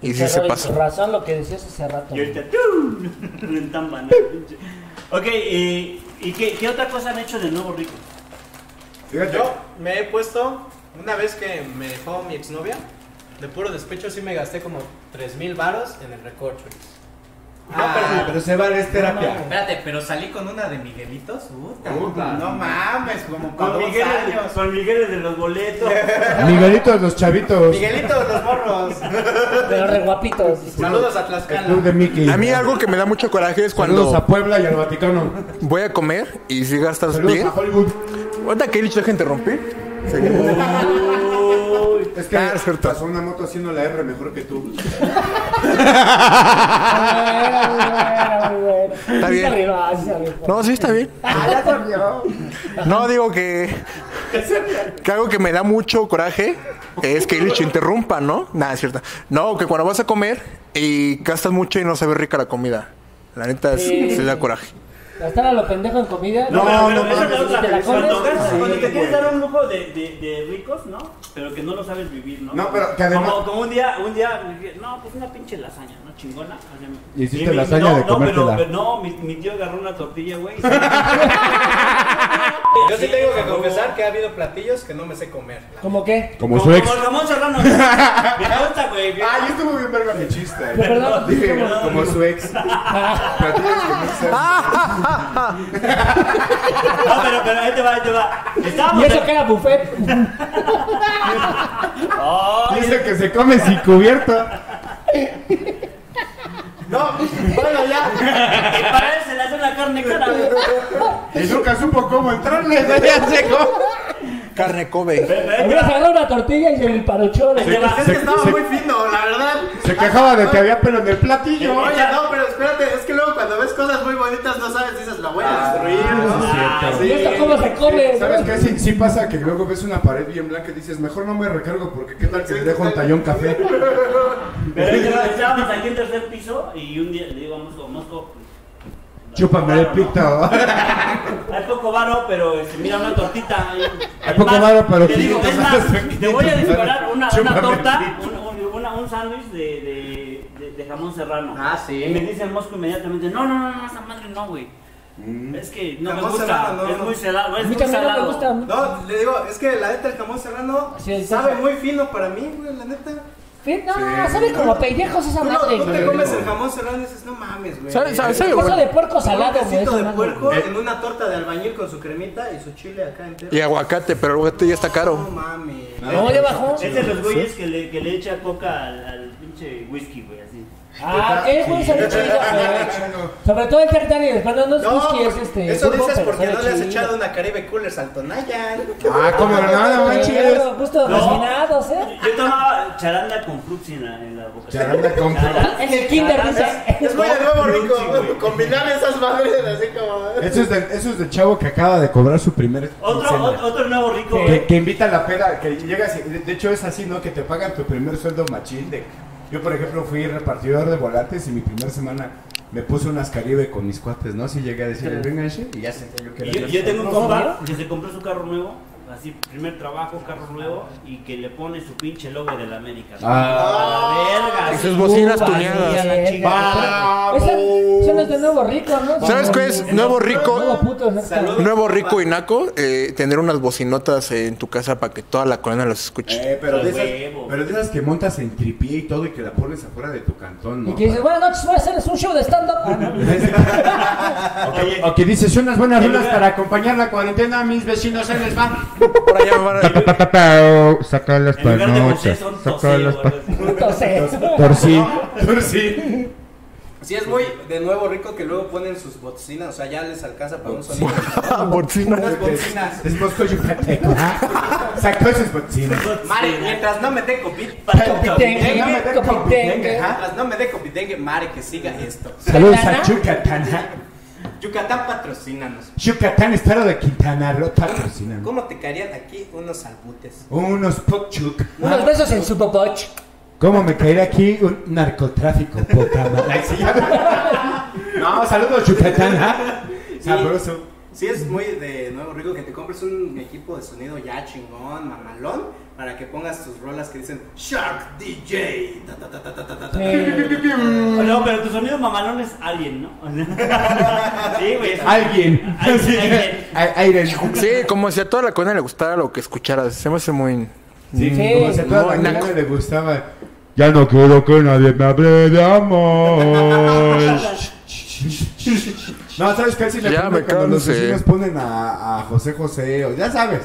Speaker 2: Y sí se
Speaker 4: Pero,
Speaker 2: pasa.
Speaker 4: razón lo que decías hace rato.
Speaker 1: Y
Speaker 4: güey.
Speaker 1: ahorita. ¡tum! En Tampa, ¿no? Pinche. Ok, eh, ¿y qué, qué otra cosa han hecho de nuevo, Rico?
Speaker 7: Fíjate,
Speaker 8: Yo me he puesto, una vez que me dejó mi exnovia, de puro despecho sí me gasté como 3 mil varos en el recorcho.
Speaker 7: Ah, pero se vale, es terapia.
Speaker 8: Espérate, pero salí con una de Miguelitos. Puta,
Speaker 7: Puta.
Speaker 8: no mames,
Speaker 1: Con
Speaker 8: como con dos
Speaker 1: Miguel,
Speaker 8: años.
Speaker 1: con Miguel de los boletos.
Speaker 7: Miguelito de los chavitos.
Speaker 8: Miguelitos, los morros.
Speaker 4: Pero re guapitos.
Speaker 8: Saludos a
Speaker 7: El club
Speaker 8: Tlaxcala.
Speaker 7: de Mickey.
Speaker 2: A mí algo que me da mucho coraje es
Speaker 7: Saludos a
Speaker 2: cuando
Speaker 7: Puebla y al Vaticano.
Speaker 2: voy a comer y si gastas
Speaker 7: Saludos
Speaker 2: bien.
Speaker 7: a Hollywood.
Speaker 2: Ahorita que Illich deja interrumpir. seguimos.
Speaker 7: Es que
Speaker 2: Ah, es cierto.
Speaker 7: pasó una moto haciendo la R mejor que tú.
Speaker 4: Era muy bueno.
Speaker 2: Está
Speaker 4: Sí se
Speaker 2: bien.
Speaker 4: arriba, sí se arriba.
Speaker 2: No, sí, está bien.
Speaker 8: Ah,
Speaker 2: No, digo que. Que algo que me da mucho coraje es que Illich interrumpa, ¿no? Nada, es cierto. No, que cuando vas a comer y gastas mucho y no sabe rica la comida. La neta, sí,
Speaker 4: Sí.
Speaker 2: sí da coraje.
Speaker 4: Gastar a lo pendejo en comida.
Speaker 1: No, pero, pero
Speaker 7: no
Speaker 1: esa es
Speaker 7: mames,
Speaker 1: la otra.
Speaker 4: te la
Speaker 1: Cuando,
Speaker 4: comes.
Speaker 1: gastas- cuando te
Speaker 7: Sí,
Speaker 1: quieres
Speaker 7: güey.
Speaker 1: dar un lujo de, de- de ricos, ¿no? Pero que no lo sabes vivir, ¿no?
Speaker 7: No, pero que además-
Speaker 1: Como, como un día, un día, dije, no, pues una pinche lasaña, ¿no? Chingona. O sea,
Speaker 7: Y hiciste
Speaker 1: mi-
Speaker 7: lasaña
Speaker 1: no,
Speaker 7: de
Speaker 1: no, pero-
Speaker 7: comértela.
Speaker 1: pero no, mi, mi tío agarró una tortilla, güey.
Speaker 8: Yo sí tengo que confesar que ha habido platillos que no me sé comer.
Speaker 4: ¿Cómo qué?
Speaker 7: Como
Speaker 1: Como el jamón serrano. Me gusta, güey.
Speaker 7: Ah, yo estuve bien verga mi chiste. eh.
Speaker 4: Perdón,
Speaker 7: Dije,
Speaker 4: ¿cómo?
Speaker 7: como su ex. Pero tienes que no ser-
Speaker 1: No, pero, pero, ahí te va, ahí te va.
Speaker 4: Y
Speaker 1: Estábamos.
Speaker 4: eso que era buffet.
Speaker 1: Ay,
Speaker 7: Dice que se come sin cubierta.
Speaker 8: No, bueno, ya.
Speaker 1: y para él se le hace una carne cara, güey.
Speaker 7: Y nunca supo cómo entrarle.
Speaker 2: Carne Kobe.
Speaker 1: Pero, pero,
Speaker 4: Hubieras agarrado una tortilla y el parochón.
Speaker 1: ahí te va.
Speaker 8: Es que estaba muy fino, la verdad.
Speaker 7: Se quejaba de que había pelo en el platillo.
Speaker 1: Eh,
Speaker 8: Oye, no, pero espérate, es que luego cuando ves cosas muy bonitas no sabes, dices, la voy a destruir,
Speaker 1: Ah,
Speaker 8: ¿no?
Speaker 1: sí.
Speaker 4: ¿Y esto cómo se come?
Speaker 7: ¿Sabes qué? Sí, sí pasa que luego ves una pared bien blanca y dices, mejor no me recargo porque qué tal que le dejo un tallón café.
Speaker 1: Pero ahí te va, estábamos aquí en tercer piso y un día le digo a Mosco, Mosco. pues,
Speaker 7: Chúpame el pito.
Speaker 1: Hay poco varo, pero este, mira una tortita. Hay
Speaker 7: poco varo, pero
Speaker 1: Te digo, es
Speaker 7: 500
Speaker 1: más,
Speaker 7: pesos.
Speaker 1: te voy a disparar una, una
Speaker 7: Chúpame.
Speaker 1: torta, un, un- una- un sándwich de, de, de- de jamón serrano.
Speaker 8: Ah, sí.
Speaker 1: Y me dice el mosco inmediatamente, no, no, no, no, esa madre no, güey.
Speaker 7: Mm.
Speaker 1: Es que no me
Speaker 8: Jamón
Speaker 1: gusta,
Speaker 8: serrano, no,
Speaker 1: es
Speaker 8: no.
Speaker 1: muy salado, es
Speaker 4: A mí
Speaker 1: muy
Speaker 4: también no me
Speaker 1: salado.
Speaker 4: gusta.
Speaker 8: No, le digo, es que la neta el jamón serrano
Speaker 4: Sí, sí,
Speaker 8: sabe
Speaker 4: sí.
Speaker 8: muy fino para mí, güey, la neta.
Speaker 4: Fit, no, sabe como a pendejos esa
Speaker 8: Tú no,
Speaker 4: madre.
Speaker 8: tú te comes el jamón serrano y dices, no mames, güey.
Speaker 2: ¿Sabe- sabe- sabe,
Speaker 4: Cosa
Speaker 2: güey?
Speaker 4: de puerco salado,
Speaker 8: Un
Speaker 4: güey.
Speaker 8: quesito
Speaker 4: esa
Speaker 8: de
Speaker 4: madre.
Speaker 8: puerco en una torta de albañil con su cremita y su chile acá entero.
Speaker 2: Y aguacate, pero el aguacate ya está
Speaker 8: No
Speaker 2: caro.
Speaker 8: mames.
Speaker 4: No, ya bajó.
Speaker 1: Es de los güeyes que le, que le echa coca al, al pinche whisky, güey, así.
Speaker 4: Ah, eh, güey, sabe chido, güey. Sobre todo el Jack Daniels, pero no, no es whisky, es este.
Speaker 8: eso
Speaker 4: bourbon,
Speaker 8: dices
Speaker 4: pero
Speaker 8: porque
Speaker 4: sabe
Speaker 8: no le has
Speaker 4: chido.
Speaker 8: echado una Caribe Coolers al Tonayan.
Speaker 7: Ah, como nada, manches.
Speaker 4: Pero Gusto
Speaker 1: No.
Speaker 4: refinados, ¿eh?
Speaker 1: Yo tomaba charanda con flux en la, en la boca.
Speaker 7: Charanda con
Speaker 4: En el kinder, dice.
Speaker 8: Es muy de nuevo rico.
Speaker 1: güey.
Speaker 8: Combinar esas madres así como.
Speaker 7: Eso es, del, eso es del chavo que acaba de cobrar su primer
Speaker 1: Otro,
Speaker 7: quincena.
Speaker 1: ot- otro nuevo rico,
Speaker 7: Que,
Speaker 1: güey.
Speaker 7: que invita a la peda, que llegas y- de, de hecho es así, ¿no? Que te pagan tu primer sueldo machín de- Yo, por ejemplo, fui repartidor de volantes y mi primera semana me puse unas Caribe con mis cuates, ¿no? Si llegué a decirles, venga, che", y ya sentí yo que era
Speaker 1: Yo,
Speaker 7: yo.
Speaker 1: yo tengo un compa que se compró su carro nuevo, así, primer trabajo, carro nuevo, y que le pone su pinche logo de la América. güey. A la verga.
Speaker 2: Ah. Y
Speaker 1: así.
Speaker 2: sus bocinas
Speaker 4: Uh,
Speaker 2: tuneadas.
Speaker 4: vale, verga.
Speaker 7: ¡Vamos!
Speaker 4: Esa- Eso no es de nuevo rico, ¿no?
Speaker 2: ¿Sabes
Speaker 4: No,
Speaker 2: qué es?
Speaker 4: no,
Speaker 2: Nuevo
Speaker 4: Nuevo
Speaker 2: rico.
Speaker 4: puto, ¿no?
Speaker 8: Salud.
Speaker 2: Nuevo rico y naco, eh, tener unas bocinotas en tu casa para que toda la colonia los escuche.
Speaker 7: Eh, pero, de
Speaker 1: Al
Speaker 7: esas,
Speaker 1: huevo.
Speaker 7: pero de esas que montas en tripié y todo y que la pones afuera de tu cantón, ¿no?
Speaker 4: Y que dices, buenas noches, voy a hacerles un show de stand-up. Ah, no.
Speaker 7: O que- o que dices unas buenas rulas para acompañar la cuarentena a mis vecinos en el bar.
Speaker 2: Por allá me van a-
Speaker 11: Saca las
Speaker 1: En lugar de José son Toseo, güey.
Speaker 4: Entonces,
Speaker 7: Torcí. Torcí.
Speaker 8: Sí, es muy de nuevo rico que luego ponen sus bocinas. O sea, ya les alcanza para un sonido.
Speaker 2: Bocinas.
Speaker 8: Unas bocinas.
Speaker 7: Es Mosco Yucateco. Sacó sus bocinas.
Speaker 8: Mare, mientras no me dé COVID,
Speaker 4: Copitengue,
Speaker 7: No me den
Speaker 4: copitengue.
Speaker 7: copitengue, ajá.
Speaker 8: mientras no me dé COVID, mare, que siga esto.
Speaker 7: Saludos
Speaker 4: ¿Quintana?
Speaker 7: a Yucatán. ajá.
Speaker 8: Yucatán, patrocínanos.
Speaker 7: Yucatán, estado de Quintana Roo, patrocinan.
Speaker 8: ¿Cómo te caerían aquí unos salbutes?
Speaker 7: Unos pochuk.
Speaker 4: unos besos en su popoch.
Speaker 7: ¿Cómo me caerá aquí un narcotráfico? Poca madre. Ay, sí, ya. No, saludos Yucatán. ajá. Sabroso.
Speaker 8: Sí, es muy de nuevo rico que te compres un equipo de sonido ya chingón, mamalón, para que pongas tus rolas que dicen Shark DJ. ta, ta, ta, ta, ta, ta, ta, ta.
Speaker 1: No, pero tu sonido mamalón es alien, ¿no? sí, güey. es-
Speaker 7: Alguien.
Speaker 1: Ay, sí, alguien.
Speaker 7: A- Aire.
Speaker 2: Sí, como si a toda la colonia le gustara lo que escucharas. Se me hace muy. Mm.
Speaker 7: Sí,
Speaker 4: Sí.
Speaker 7: como si a toda la
Speaker 2: No,
Speaker 7: mañana
Speaker 2: naco.
Speaker 7: le gustaba.
Speaker 11: Ya no quiero que nadie me hable de amor.
Speaker 7: No, ¿sabes qué? Si le
Speaker 2: Ya
Speaker 7: ponen
Speaker 2: me
Speaker 7: cuando los
Speaker 2: cansé.
Speaker 7: vecinos ponen a, a José José, o ya sabes.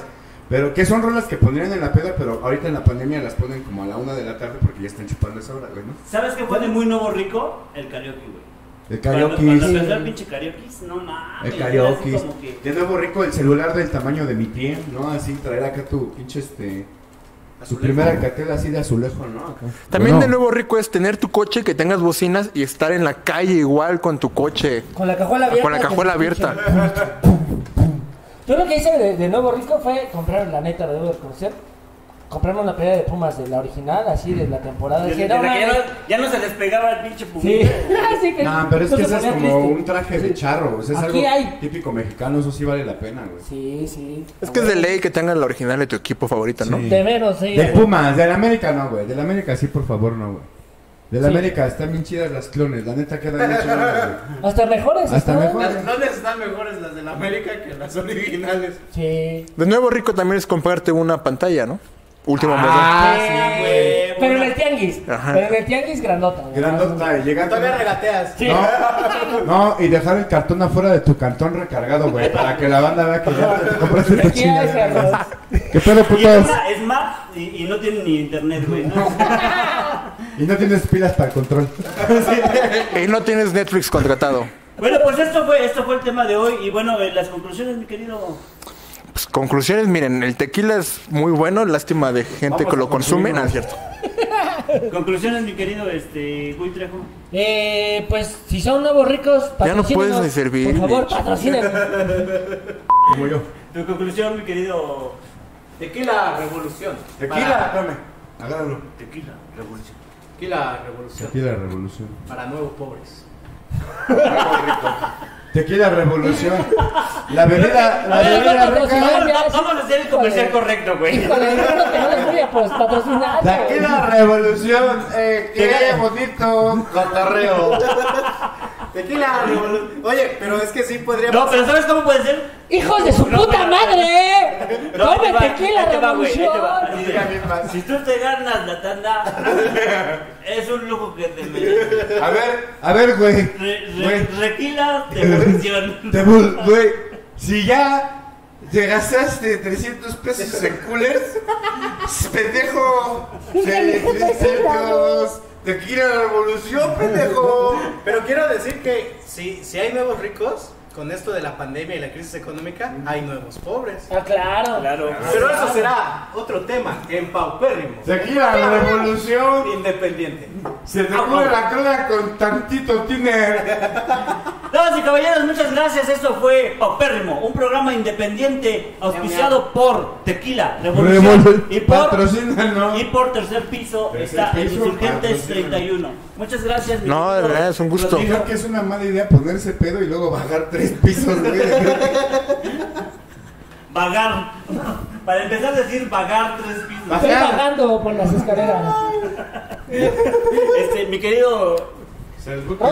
Speaker 7: Pero que son rolas que pondrían en la peda, pero ahorita en la pandemia las ponen como a la una de la tarde porque ya están chupando esa hora, güey, ¿no?
Speaker 1: ¿Sabes qué fue de muy nuevo rico? El karaoke, güey.
Speaker 7: El
Speaker 1: Cuando-
Speaker 7: karaoke.
Speaker 1: Cuando empezó el pinche karaoke, no mames.
Speaker 7: El
Speaker 1: era así
Speaker 7: karaoke.
Speaker 1: como que-
Speaker 7: De nuevo rico el celular del tamaño de mi pie, ¿no? Así traer acá tu pinche este. Su primera alcatela así de azulejo, ¿no? Acá.
Speaker 2: También de
Speaker 7: Bueno.
Speaker 2: nuevo rico es tener tu coche, que tengas bocinas y estar en la calle igual con tu coche.
Speaker 4: Con la cajuela abierta.
Speaker 2: Con la
Speaker 4: que
Speaker 2: cajuela
Speaker 4: se escuche.
Speaker 2: abierta.
Speaker 4: Yo lo que hice de, de nuevo rico fue comprar, la neta, lo debo reconocer, comprarme una pelea de pumas de la original, así de la temporada.
Speaker 1: desde-
Speaker 4: Dije,
Speaker 1: desde
Speaker 4: no,
Speaker 1: que ya
Speaker 4: mames.
Speaker 1: no- ya no se despegaba el pinche
Speaker 4: Sí,
Speaker 1: pumito.
Speaker 4: Sí,
Speaker 7: No, pero es
Speaker 4: no
Speaker 7: que
Speaker 4: se
Speaker 7: ese es
Speaker 4: ponía
Speaker 7: como
Speaker 4: triste.
Speaker 7: un traje de charro, o sea, es
Speaker 4: Aquí
Speaker 7: algo
Speaker 4: hay.
Speaker 7: típico mexicano, eso sí vale la pena, güey.
Speaker 4: Sí, sí.
Speaker 2: Es que es de ley que tengas la original de tu equipo favorito, ¿no?
Speaker 7: Sí.
Speaker 4: De menos, sí.
Speaker 7: De Pumas, del América no, güey. Del América sí, por favor, no, güey. Del
Speaker 4: Sí.
Speaker 7: América están bien chidas las clones, la neta quedan bien chingonas, güey.
Speaker 4: Hasta mejores.
Speaker 7: Hasta
Speaker 4: ¿no?
Speaker 7: mejor.
Speaker 8: Las clones están mejores las de la América que las originales.
Speaker 4: Sí.
Speaker 2: De nuevo rico también es comprarte una pantalla, ¿no? Último
Speaker 7: Ah.
Speaker 2: Ah,
Speaker 4: Sí.
Speaker 8: güey.
Speaker 4: Pero en el tianguis.
Speaker 2: Ajá.
Speaker 4: Pero en el tianguis grandota. güey.
Speaker 7: Grandota, y llegando.
Speaker 8: Todavía regateas.
Speaker 4: Sí.
Speaker 7: No, no, y dejar el cartón afuera de tu cartón recargado, güey, para que la banda vea que ya te compraste tu
Speaker 4: Aquí hay, Carlos.
Speaker 7: chingada. ¿Qué pedo,
Speaker 1: Y es
Speaker 7: putas?
Speaker 1: una Smart y, y no tiene ni internet, güey. ¿no?
Speaker 7: Y no tienes pilas para el control.
Speaker 2: mes. Y Eh, no tienes Netflix contratado.
Speaker 1: Bueno, pues esto fue, esto fue el tema de hoy. Y bueno, eh, las conclusiones, mi querido.
Speaker 2: Pues, conclusiones, miren, el tequila es muy bueno, lástima de gente
Speaker 7: Vamos
Speaker 2: que lo
Speaker 7: a
Speaker 2: consume,
Speaker 7: consumirlo.
Speaker 2: no es cierto.
Speaker 1: Conclusiones, mi querido, este, Gui Trejo.
Speaker 4: Eh, pues si son nuevos ricos,
Speaker 2: Ya no puedes
Speaker 4: patrocínenos.
Speaker 2: ni servir,
Speaker 4: Por favor,
Speaker 2: bicho.
Speaker 4: patrocinen.
Speaker 7: Como yo.
Speaker 1: Tu conclusión, mi querido.
Speaker 8: Tequila revolución.
Speaker 7: Tequila, espérame. Agárralo.
Speaker 1: Tequila, revolución.
Speaker 8: Tequila revolución.
Speaker 7: Tequila Revolución.
Speaker 8: Para nuevos pobres.
Speaker 7: Tequila Revolución. La bebida, la
Speaker 4: A ver,
Speaker 7: bebida
Speaker 4: vamos,
Speaker 7: rica.
Speaker 4: vamos,
Speaker 1: Vamos, va- vamos a hacer el comercial
Speaker 4: Híjole.
Speaker 1: correcto, güey.
Speaker 4: Híjole, yo creo que no les voy a pues, patrocinar.
Speaker 7: De aquí la revolución, eh, que haya bonito cotorreo.
Speaker 8: Tequila revolución. Oye, pero es que sí podría
Speaker 1: No, pero ¿sabes cómo puede ser?
Speaker 4: ¡Hijos de su puta madre!
Speaker 1: No, ahí te va,
Speaker 4: Tómate aquí la
Speaker 1: ahí te va, güey, ahí te va.
Speaker 4: revolución.
Speaker 1: Así de, Si tú te ganas la tanda, es un lujo que te mereces.
Speaker 7: A ver, a ver, güey.
Speaker 1: Re- re-
Speaker 7: Güey.
Speaker 1: Requila de evolución.
Speaker 7: Te bul- Güey, si ya te gastaste 300 pesos en coolers, pendejo. Te dos. Te quiero la revolución, pendejo.
Speaker 8: Pero quiero decir que si, si hay nuevos ricos, con esto de la pandemia y la crisis económica, hay nuevos pobres.
Speaker 4: Ah, claro.
Speaker 1: Claro.
Speaker 8: Pero eso será otro tema en paupérrimo,
Speaker 7: Te quiero la revolución.
Speaker 8: independiente.
Speaker 7: Se te pone la cola con tantito tiner.
Speaker 1: Damas y caballeros, muchas gracias. Esto fue Paupérrimo, un programa independiente auspiciado por Tequila Revolución y por,
Speaker 7: Patrocínanos.
Speaker 1: y por Tercer Piso
Speaker 7: Tercer
Speaker 1: está en
Speaker 7: Piso,
Speaker 1: Insurgentes
Speaker 7: patrocínanos.
Speaker 1: 31. Muchas gracias. mi
Speaker 2: No, de
Speaker 1: querido
Speaker 2: verdad, es un gusto.
Speaker 1: Rodrigo.
Speaker 7: Dijo que es una mala idea ponerse pedo y luego bajar tres pisos, güey.
Speaker 1: Vagar. Para empezar a decir vagar tres pisos.
Speaker 4: Estoy pagando por las escaleras.
Speaker 1: Este, mi querido.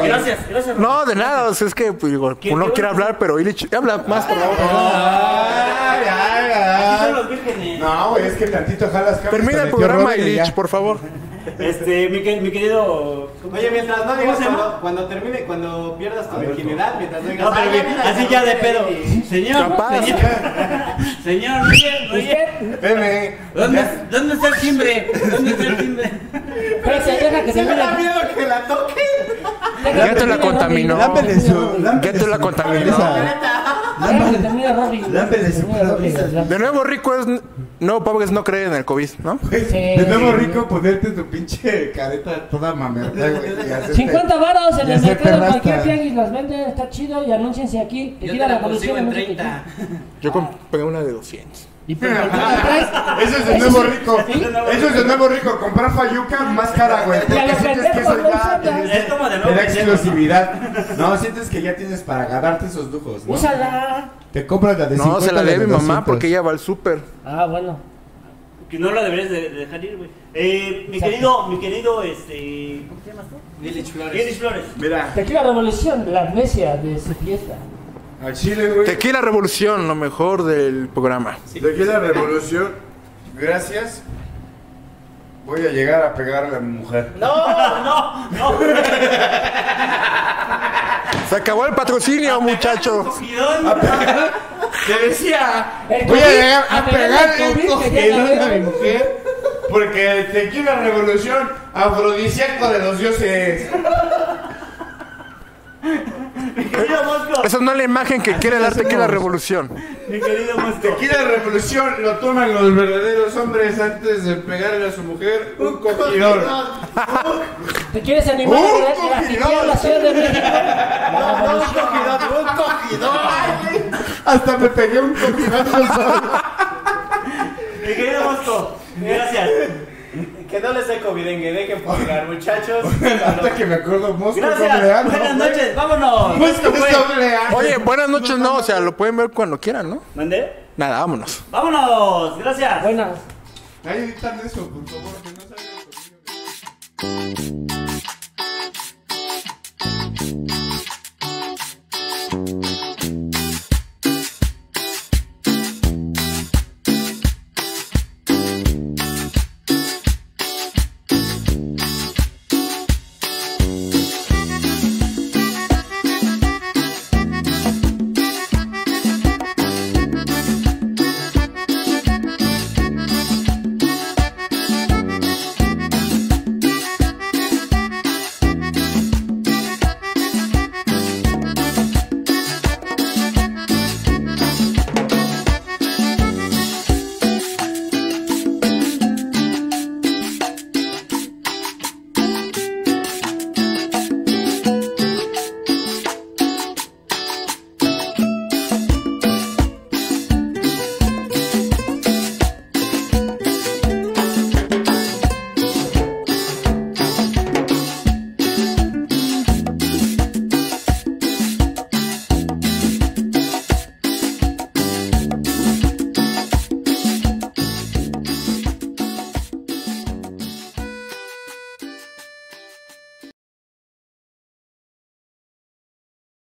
Speaker 1: Gracias, gracias.
Speaker 2: No, de nada, o sea, es que pues, digo,
Speaker 1: ¿Qué-
Speaker 2: uno
Speaker 1: qué
Speaker 2: quiere
Speaker 1: bueno?
Speaker 2: hablar, pero Illich, habla más, por favor.
Speaker 7: Ay, ay,
Speaker 1: Así son
Speaker 7: ay.
Speaker 1: los vírgenes.
Speaker 7: No, güey, es que tantito jalas cables
Speaker 2: Termina el
Speaker 7: con tío
Speaker 2: programa,
Speaker 7: Robert y ya.
Speaker 2: Illich, por favor.
Speaker 1: Este, mi, que- mi querido.
Speaker 8: Oye, mientras no digas
Speaker 1: se llama?
Speaker 8: cuando, cuando termine, cuando pierdas tu virginidad, mientras no digas...
Speaker 1: No, pero
Speaker 8: "Ay,
Speaker 1: güey,
Speaker 8: mira,
Speaker 1: así
Speaker 8: la
Speaker 1: ya de
Speaker 8: revolución
Speaker 1: pedo.
Speaker 8: y-
Speaker 1: Señor,
Speaker 2: Capaz.
Speaker 1: señor, señor, oye, oye.
Speaker 4: Usted,
Speaker 7: Espérame. Ya.
Speaker 1: ¿Dónde, ¿Dónde está el timbre? ¿Dónde está el timbre?
Speaker 4: espérate, deja que
Speaker 8: ¿Se me
Speaker 4: termine.
Speaker 8: da miedo que la toque?
Speaker 4: Deja
Speaker 2: Ya
Speaker 4: que
Speaker 2: te
Speaker 4: termine
Speaker 2: la contaminó.
Speaker 4: Robin,
Speaker 2: Dámele
Speaker 4: deja que termine
Speaker 2: Ya tú la contabilizas.
Speaker 4: Robin, deja que termine Robin.
Speaker 12: Dámele su
Speaker 4: Termine Robin, ya.
Speaker 2: De nuevo, rico es. No, pobres no creen en el COVID, ¿no?
Speaker 4: Sí.
Speaker 7: De nuevo rico ponerte tu pinche careta toda mamerta, güey. y hacerte-
Speaker 4: 50 varos en
Speaker 7: y
Speaker 4: el
Speaker 7: hacerte
Speaker 4: mercado, en cualquier
Speaker 7: rasta.
Speaker 4: tianguis las venden, está chido y anúnciense aquí. Que
Speaker 3: Yo
Speaker 4: tira
Speaker 3: te
Speaker 4: la
Speaker 3: la consigo
Speaker 4: revolución
Speaker 3: en
Speaker 4: no sé qué.
Speaker 3: 30.
Speaker 2: Yo compré una de 200.
Speaker 4: Y pues, ¿por qué no la traes?
Speaker 7: Eso es de nuevo rico. Eso es de nuevo rico. Comprar fayuca más cara, güey.
Speaker 4: Y a
Speaker 7: Porque
Speaker 4: los
Speaker 7: sientes que
Speaker 4: pendejos
Speaker 7: eso
Speaker 4: no
Speaker 7: ya
Speaker 4: usan
Speaker 7: te-
Speaker 1: Es como de
Speaker 7: te
Speaker 1: nuevo.
Speaker 7: da
Speaker 1: pendejo.
Speaker 7: exclusividad. No, sientes que ya tienes para ganarte esos lujos. ¿no?
Speaker 4: Úsala.
Speaker 7: Te compras la de
Speaker 2: No, se
Speaker 7: 50
Speaker 2: la
Speaker 7: de
Speaker 2: debe mi mamá
Speaker 7: 200.
Speaker 2: porque ella va al súper.
Speaker 4: Ah, bueno.
Speaker 1: Que no la deberías de, de dejar ir, güey. Eh, mi
Speaker 4: Exacto.
Speaker 1: querido, mi querido, este. ¿Cómo te llamas tú?
Speaker 8: Village
Speaker 1: Gilles Flores.
Speaker 7: Mira,
Speaker 4: Tequila Revolución, la amnesia de su fiesta.
Speaker 7: al Chile, güey.
Speaker 2: Tequila Revolución, lo mejor del programa.
Speaker 7: De aquí la revolución. Gracias. Voy a llegar a pegar a mi mujer.
Speaker 1: No, no, no.
Speaker 2: Se acabó el patrocinio, muchachos.
Speaker 1: Cogidón.
Speaker 7: Te decía,
Speaker 4: El
Speaker 7: voy a
Speaker 4: COVID,
Speaker 7: llegar a
Speaker 4: a pegar
Speaker 7: pegarle
Speaker 4: el
Speaker 7: un
Speaker 4: COVID que ya
Speaker 7: cogedón a mi
Speaker 4: ganó.
Speaker 7: mujer porque el tequila revolución afrodisíaco de los dioses.
Speaker 1: Mi querido Mosco.
Speaker 2: Esa no es la imagen que quiere dar Tequila Revolución.
Speaker 1: Mi querido Mosco.
Speaker 7: Tequila revolución lo toman los verdaderos hombres antes de pegarle a su mujer un cogidón.
Speaker 4: ¿Te quieres animar
Speaker 7: ¡Uh,
Speaker 4: a llegar- a
Speaker 7: cogidón!
Speaker 4: piquear la Ciudad de México? La revolución.
Speaker 7: Hasta me pegué un cogidón yo solo.
Speaker 1: Mi querido Mosco. Gracias.
Speaker 8: Que no les dé covidengue, dejen publicar, muchachos.
Speaker 7: Hasta que me acuerdo, mosco, doble A,
Speaker 1: Gracias.
Speaker 7: ¿no?
Speaker 1: Buenas noches. Vámonos.
Speaker 7: Mosco,
Speaker 1: Esto fue-
Speaker 7: doble A.
Speaker 2: Oye, buenas noches, no, o sea, lo pueden ver cuando quieran, ¿no?
Speaker 1: ¿Mandé?
Speaker 2: Nada, vámonos.
Speaker 1: Vámonos. Gracias.
Speaker 4: Buenas.
Speaker 7: Ahí editan eso, por favor, que no salga el cogidón.